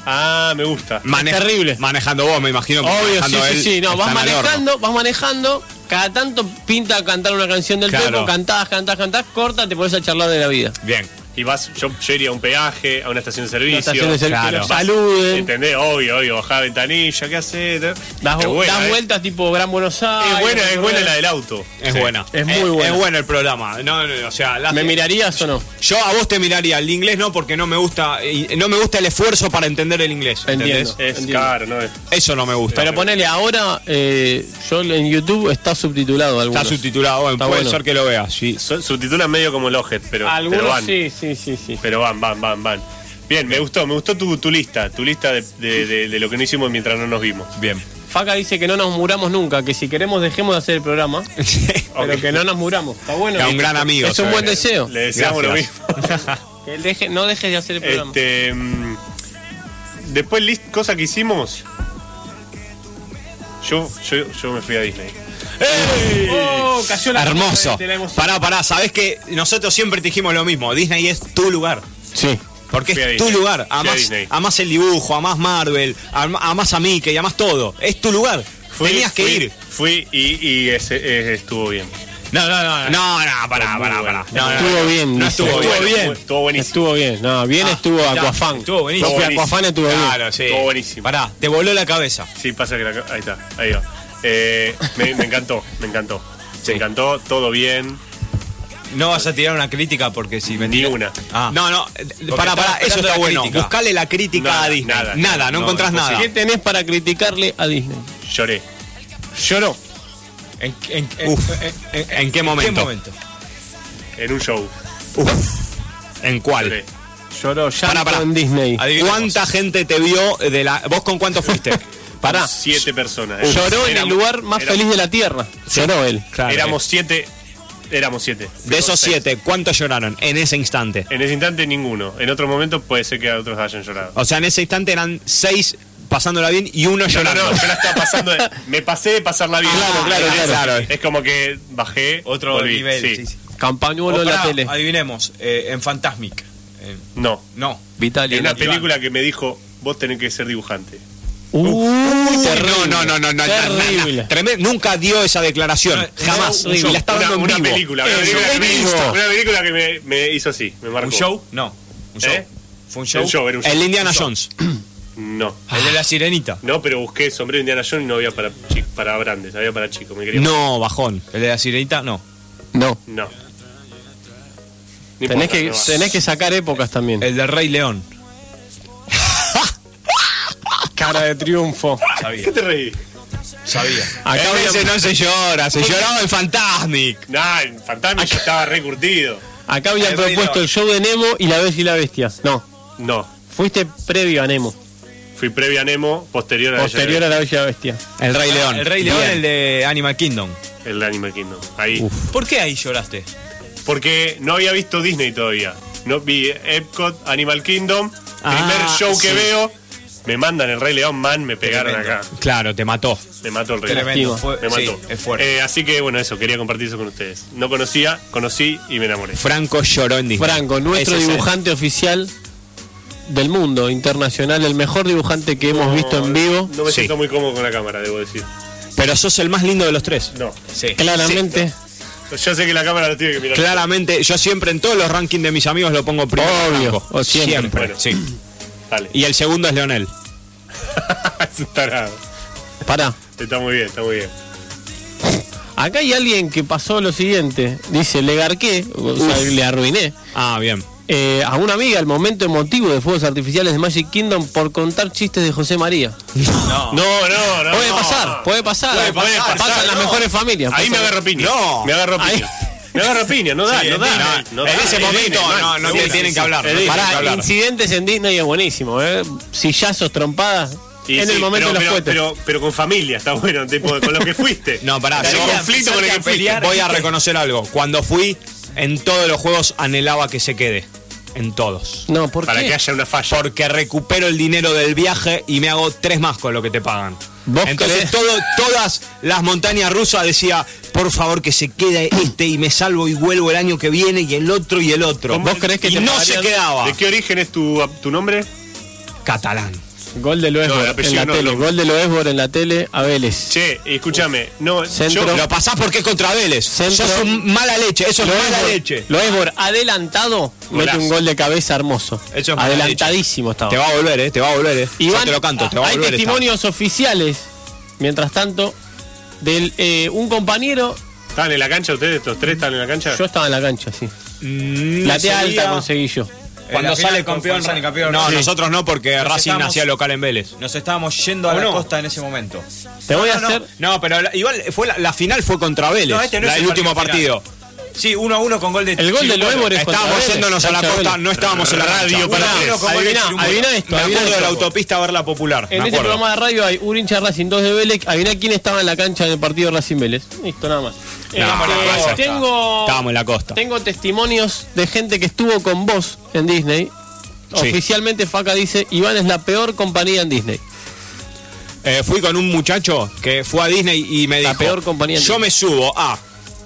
Ah, me gusta.
Mane-
terrible.
Manejando vos, me imagino. porque
Obvio, sí,
manejando
sí,
él
sí. No,
está
vas
en el horno.
manejando, vas manejando. Cada tanto pinta cantar una canción del
Claro.
Pepo, cantás, cantás, cantás, corta, te pones a charlar de la vida.
Bien.
y vas, yo, yo iría a un peaje, a una estación de servicio.
Una estación de servicio, que los
Vas-
saluden.
¿Entendés? Obvio, obvio, bajá ventanilla, ¿qué haces?
Das,
Es buena,
das
eh.
vueltas tipo Gran Buenos Aires.
Es buena, es buena la del auto.
Es
Sí.
buena.
Es muy buena.
Es bueno el programa. No, no, no, o sea, la-
¿Me mirarías o no?
Yo a vos te miraría, el inglés no, porque no me gusta, y- no me gusta el esfuerzo para entender el inglés. ¿entendés?
Entiendo.
Es
entiendo.
caro, ¿no? Es-
Eso no me gusta.
Pero ponele ahora, eh, yo en YouTube está subtitulado algunos.
Está subtitulado, bueno,
Está
puede
bueno.
ser que lo veas. Sí.
son- subtitulan medio como el Ojet, pero,
Algunos
pero van.
sí, sí, sí, sí.
Pero van, van, van, van. Bien, me gustó, me gustó tu, tu lista, tu lista de, de- de- de lo que no hicimos mientras no nos vimos.
Bien.
Faca dice que no nos muramos nunca, que si queremos dejemos de hacer el programa, pero que no nos muramos. Está bueno.
Era un gran amigo.
Es un
¿sabes?
buen deseo.
Le deseamos
Gracias.
lo mismo.
Que deje- no dejes de hacer el programa.
Este, mm, después, list, cosa que hicimos. Yo, yo, yo me fui a Disney. ¡Ey!
Oh, cayó la
Hermoso.
de la emoción.
Pará, pará, sabés que nosotros siempre te dijimos lo mismo. Disney es tu lugar.
Sí.
Porque
Fui a
es tu
Disney.
lugar.
Fui a
Amás,
Disney.
amás el dibujo, amás Marvel, am- amás a Mickey, amás todo. Es tu lugar.
Fui,
Tenías que
fui,
ir.
Fui y, y ese- eh, estuvo bien.
No, no, no. No, no, pará,
Muy
pará,
bueno.
pará. No, no,
Estuvo
no.
bien,
No
dice.
estuvo
Estuvo
bien.
bueno, Estuvo buenísimo.
Estuvo bien. No, bien
Ah,
estuvo
ya,
Aquafan.
estuvo buenísimo.
Profe Aquafan estuvo bien.
Claro, sí.
Estuvo buenísimo.
Pará, te voló la cabeza.
Sí, pasa que la, ahí está, ahí va. Eh, me, me encantó, me encantó.
Sí.
Me encantó, todo bien,
No vas a tirar una crítica porque si me
ni
tiras-
una.
Ah. No, no, para,
estaba
para, eso
esperando
está
la
bueno.
crítica.
Buscale la crítica
Nada,
a Disney. Nada,
nada,
no,
no,
encontrás nada.
¿Qué tenés para criticarle a Disney?
Lloré.
Lloró.
¿En, en- en-
Uf.
en- en-
¿En qué momento?
qué momento?
En un show.
Uf. ¿En cuál?
Lloré.
Lloró ya
Pará, pará.
en Disney.
Adivinemos. ¿Cuánta gente te vio de la. ¿Vos con cuánto fuiste?
Pará.
Siete personas. eh.
Lloró en el
Éramos-
lugar más
éramos-
feliz de la tierra. Lloró él.
Éramos siete. Éramos siete.
De
Fuimos seis.
esos siete, ¿cuántos lloraron en ese instante?
En ese instante ninguno. En otro momento puede ser que a otros hayan llorado.
O sea, en ese instante eran seis pasándola bien y uno
No,
llorando.
no, yo la estaba pasando. de- me pasé de pasarla bien.
Ah, claro,
Es-
claro,
Es como que bajé.
Otro
volví,
nivel.
sí.
sí, sí.
Oh,
Campañuelo en la
O pará,
tele.
Adivinemos, eh, en Fantasmic. Eh,
No.
no.
Vitali.
En una
Uy,
película que me dijo, vos tenés que ser dibujante.
terrible.
No, no, no, no, no,
Terrible.
no, no. Tremen- Nunca dio esa declaración. jamás.
un show.
y la está
Una,
dando en
una
vivo.
película. Una
Eso,
película, que
en
me,
vivo.
una película que me, me hizo así. Me marcó.
¿Un show? No. ¿Un show?
¿Eh?
¿Fue un show?
El show, era un show.
El Indiana Jones.
No.
El de la sirenita.
No, pero busqué sombrero de Indiana Jones y no había para, chi- para grandes, había para chicos. Me quería.
No, bajón.
El de la sirenita, no.
No.
No. No
Tenés
importa,
que,
no va.
tenés que sacar épocas también.
El del Rey León.
cara de triunfo.
¿Qué te reí?
Sabía.
Acá
en ese
había,
no se llora, se lloraba en Fantasmic.
Nah, el fantasma yo estaba recurtido.
acá habían
El Rey
propuesto
León.
el show de Nemo y la Bella y la Bestia. No,
No.
fuiste previo a Nemo,
Fui previa a Nemo, posterior a
posterior a la Bella y la Bestia. Ah,
El Rey León.
Ah, El Rey León, el de Animal Kingdom.
el de Animal Kingdom. Ahí.
¿Por qué ahí lloraste?
Porque no había visto Disney todavía. No vi Epcot, Animal Kingdom. Primer
Ah,
show que
sí.
veo. Me mandan el Rey León, man, me pegaron
Tremendo.
acá.
Claro, te mató.
Me mató el Rey León.
Tremendo.
Castigo.
Fue,
Me
sí,
mató.
es fuerte.
Eh, así que bueno, eso, quería compartir eso con ustedes. No conocía, conocí y me enamoré.
Franco lloró en Disney.
Franco, nuestro
Ese es él.
dibujante oficial del mundo internacional, el mejor dibujante que hemos visto en vivo.
No me
Sí.
siento muy cómodo con la cámara, debo decir.
Pero sos el más lindo de los tres.
No.
Sí.
Claramente,
Yo sé que la cámara lo tiene que mirar.
Claramente, yo siempre en todos los rankings de mis amigos lo pongo primero. a
Obvio,
Franco.
o siempre.
Bueno.
sí.
Dale.
Y el segundo es Leonel.
Es un tarado.
pará.
Está muy bien, está muy bien.
Acá hay alguien que pasó lo siguiente. Dice, le garqué, o sea, le arruiné.
Ah, bien.
eh, a una amiga el momento emotivo de Fuegos Artificiales de Magic Kingdom por contar chistes de José María.
No, no, no.
Puede
no.
pasar, puede pasar.
Puede pasar,
Pasan las
no.
mejores familias.
Ahí
pasan-
me agarro piña.
No.
Me agarro piña. Me agarro piña, no da,
Sí,
no
en
da.
Disney.
no
En
da.
ese momento
Disney,
no, no
seguro.
tienen- tienen que hablar,
Es
no,
Disney.
pará,
Pará,
hablar.
incidentes en Disney es buenísimo, ¿eh? Sillazos, trompadas.
Y
en
sí,
el
pero,
momento de los
pero,
cohetes.
pero, pero con familia, está bueno, tipo, con lo que fuiste.
No, pará,
El
yo-
conflicto con el que fuiste.
Voy a reconocer algo. Cuando fui, en todos los juegos anhelaba que se quede. En todos.
No, ¿por
Para
qué?
que haya una falla.
Porque recupero el dinero del viaje y me hago tres más con lo que te pagan.
¿Vos
Entonces
crees?
todo- todas las montañas rusas decía, por favor que se quede este y me salvo y vuelvo el año que viene y el otro y el otro.
¿Vos crees que
y
te
no se
pagarían-
quedaba?
¿De qué origen es tu, tu nombre?
Catalán.
Gol de
No, el
Loesbor en
apellido
la
no,
tele.
lo-
Gol de Loesbor en la tele a Vélez.
Che, escúchame. No,
Centro.
yo-
Lo pasás porque es contra Vélez.
Centro.
Sos un mala leche. Eso es
Loesbor-
mala leche.
Loesbor adelantado mete
Golazo.
un gol de cabeza hermoso.
Eso es mala
Adelantadísimo estaba.
Te va a volver, eh. Te va a volver, eh. Yo
Iván,
te lo canto, te va a
hay
volver. esta.
testimonios oficiales, mientras tanto, del eh, un compañero.
¿Estaban en la cancha ustedes? ¿Estos tres están en la cancha?
Yo estaba en la cancha, sí.
Mm,
Platea
sería-
alta conseguí yo.
Cuando
En la
sale
final,
campeón.
cuando sale campeón,
No,
sí.
nosotros no, porque
Nos
Racing
estamos-
nacía local en Vélez.
Nos estábamos yendo a
¿O
la
no?
costa en ese momento.
Te voy a
no,
hacer.
No, pero la- igual fue la, la final fue contra Vélez.
No, este no
la-
es
el,
el
último
partido
partido.
Sí, 1 a 1 con gol de
El gol de
Chiribolo.
Loebor es contra
Estábamos
Vélez,
yéndonos a la
cancha de
costa,
Vélez.
no estábamos en la
Radio
radio.
para
Vélez. Adiviná, adiviná esto,
Me
adiviná
acuerdo de la
esto.
autopista a ver la popular.
En
me
este
acuerdo.
programa de radio hay un hincha de Racing 2 de Vélez. Adivina quién estaba en la cancha del partido de Racing Vélez. Listo, nada más.
Estábamos en la
Este,
costa.
tengo,
Estábamos en la costa.
tengo testimonios de gente que estuvo con vos en Disney.
Sí.
Oficialmente Faca dice, Iván es la peor compañía en Disney.
Eh, fui con un muchacho que fue a Disney y me
La
dijo:
peor compañía en
Yo
Disney".
me subo a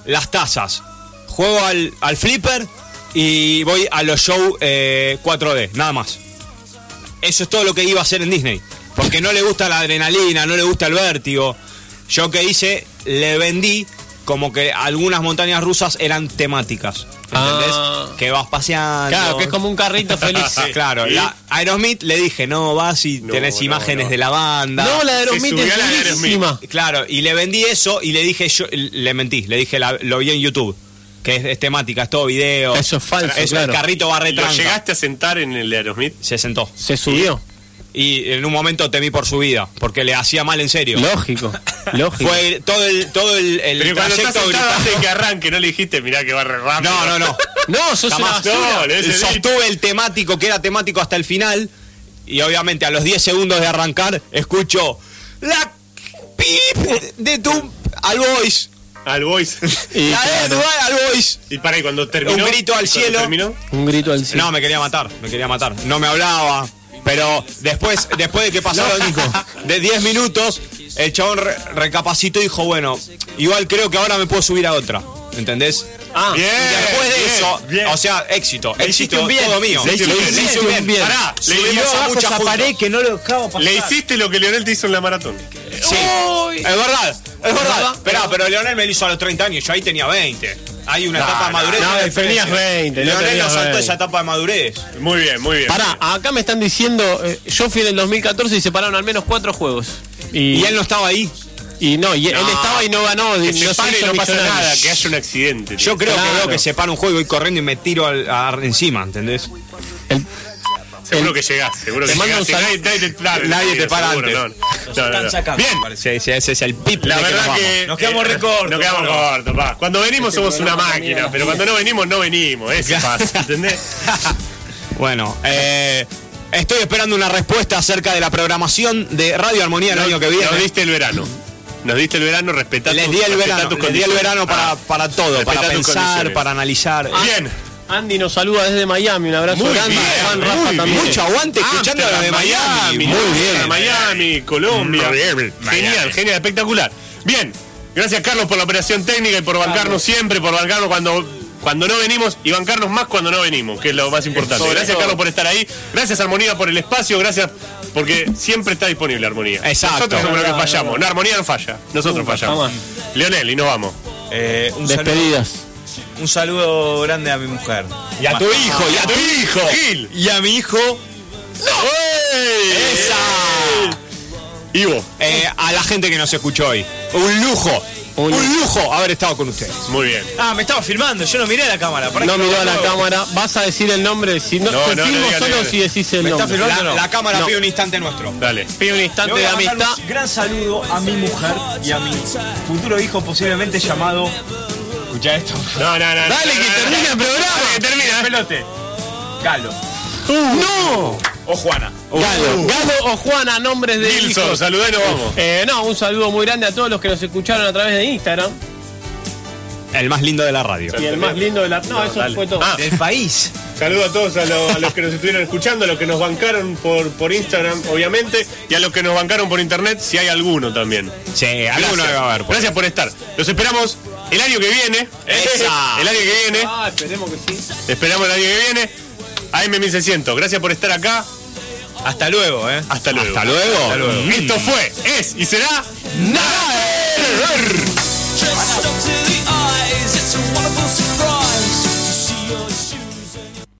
las tazas, juego al, al flipper y voy a los shows 4D, nada más. Eso es todo lo que iba a hacer en Disney. Porque no le gusta la adrenalina, no le gusta el vértigo. Yo que hice, le vendí como que algunas montañas rusas eran temáticas. ¿Entendés?
Ah.
Que vas paseando.
Claro, que es como un carrito feliz.
Sí, claro, la Aerosmith le dije, no, vas y
No,
tenés
no,
imágenes
no.
de la banda.
No, la de Aerosmith
subió
es
a la de
durísima.
Claro, y le vendí eso y le dije, yo le mentí, le dije, la- lo vi en YouTube, que es, es temática, es todo video.
Eso es falso,
Eso,
claro.
El carrito va
¿Lo
retranca.
llegaste a sentar en el de Aerosmith?
Se sentó.
Se subió.
Y en un momento temí por su vida, porque le hacía mal en serio.
Lógico, lógico.
Fue todo el, todo el, el
Pero cuando estás
trayecto
sentado
gritando.
antes que arranque, ¿no le dijiste mirá que va re rápido?
No, no, no.
No, sos una
Jamás.
basura.
No, le- ese
Sostuve el temático que era temático hasta el final. Y obviamente a los 10 segundos de arrancar, escucho la pip de tu al voice.
Al voice.
Y
la
claro,
Edward al voice.
Y para, y cuando terminó.
Un grito al
cuando
cielo.
terminó,
un grito al cielo.
No, me quería matar, me quería matar. No me hablaba. Pero después, después de que pasaron de 10 minutos, el chabón re- recapacitó y dijo, bueno, igual creo que ahora me puedo subir a otra. ¿Entendés?
Ah,
Bien,
Y después de
bien,
eso,
bien.
o sea, éxito,
hiciste
éxito
un bien.
todo mío.
Le hiciste un bien.
hice un bien.
Pará, le
subimos
dio
a
abajo
muchas
Esa
fotos.
pared que no lo acabo pasar.
Le hiciste lo que Leonel te hizo en la maratón.
Sí. Es verdad, es verdad. Esperá, pero Leonel me lo hizo a los 30 años, yo ahí tenía 20. Hay una etapa de madurez.
no,
una
tenías
diferencia.
20, no
Leonel
tenías
nos saltó
20.
esa etapa de madurez.
Muy bien, muy bien.
Pará, acá me están diciendo, eh, yo fui en el 2014 y se pararon al menos cuatro juegos. Y,
Y él no estaba ahí.
y no, y él estaba y no ganó.
Que
no
se
se
pare y
hizo
no pasa
millonario.
nada, que haya un accidente.
Yo creo que
Claro.
veo que se para un juego y corriendo y me tiro al, a- encima, ¿entendés?
El-
Seguro
el-
que llegás, seguro
Te
que
mando un
llegás. Nadie,
saludo.
nadie te, claro,
Nadie te para
seguro,
antes.
no, no, no, no. Bien,
Sí, sí, ese es el pip.
la
de que
verdad
nos
que. eh,
vamos.
Nos quedamos re cortos,
Nos quedamos
boludo.
cortos, pa. Cuando
Este
venimos somos una máquina, pero cuando no venimos, no venimos. Eso pasa, ¿entendés?
Bueno, eh, estoy esperando una respuesta acerca de la programación de Radio Armonía el
No-
año que viene.
Nos diste el verano. Nos diste el verano, respetá
Les
tus-
di el
respetá
verano,
tus
les di el
condiciones.
verano para,
Ah,
para todo,
respetá
para
tus
pensar,
condiciones. Ah,
para analizar. Ah,
Bien.
Andy nos saluda desde Miami, un abrazo
Muy
grande.
bien,
Juan Rafa
muy
también.
bien.
Mucho
Ah,
aguante escuchando a los de Miami.
Muy bien. Miami, Colombia. Genial, genial, espectacular. Bien. Gracias, Carlos, por la operación técnica y por bancarnos siempre, por bancarnos cuando, cuando no venimos y bancarnos más cuando no venimos, que es lo más importante. Gracias, Carlos, por estar ahí. Gracias, Armonía, por el espacio. Gracias, porque siempre está disponible Armonía.
Exacto.
Nosotros somos los que fallamos. No, Armonía no falla. Nosotros fallamos. Leonel, y nos vamos.
Eh, un, saludo,
Despedidas.
un saludo grande a mi mujer.
Y a tu hijo, y a tu hijo.
Gil.
Y a mi hijo. ¡Esa!
Y vos.
Eh, a la gente que nos escuchó hoy. Un lujo.
Un-
Un lujo haber estado con ustedes.
Muy bien.
Ah, me estaba filmando, yo no miré la cámara. pará
No
que
miró a la
hago.
cámara. Vas a decir el nombre. Si no,
No,
te
no, no
filmo
digas,
solo
digas.
si decís el
¿Me está
nombre.
filmando?
La,
no.
la cámara
No.
pide un instante nuestro.
Dale.
Pide un
Le
instante
voy
de
a mandar
amistad.
un gran saludo a mi mujer y a mi futuro hijo posiblemente llamado. Escucha esto.
No, no, no.
Dale, que termine el programa.
Dale, que termina.
Pelote. Galo.
¡No!
O Juana.
Galo, Galo o Juana, nombres de
Gilson,
hijos.
saludá y nos vamos.
Eh, no, un saludo muy grande a todos los que nos escucharon a través de Instagram.
El más lindo de la radio.
Y el más lindo de la. No, eso fue todo.
Ah,
Del país.
Saludo a todos a, lo- a los que nos estuvieron escuchando, a los que nos bancaron por, por Instagram, obviamente, y a los que nos bancaron por internet, si hay alguno también.
Sí, alguno debe haber. por-
Gracias por estar. Los esperamos el año que viene.
Esa.
El año que viene.
Ah, esperemos que sí.
Te Esperamos el año que viene. AM1600. Gracias por estar acá.
Hasta luego, ¿eh?
Hasta luego.
Hasta luego.
Hasta luego.
Mm.
Esto fue, es y será.
Nada.
Just talk to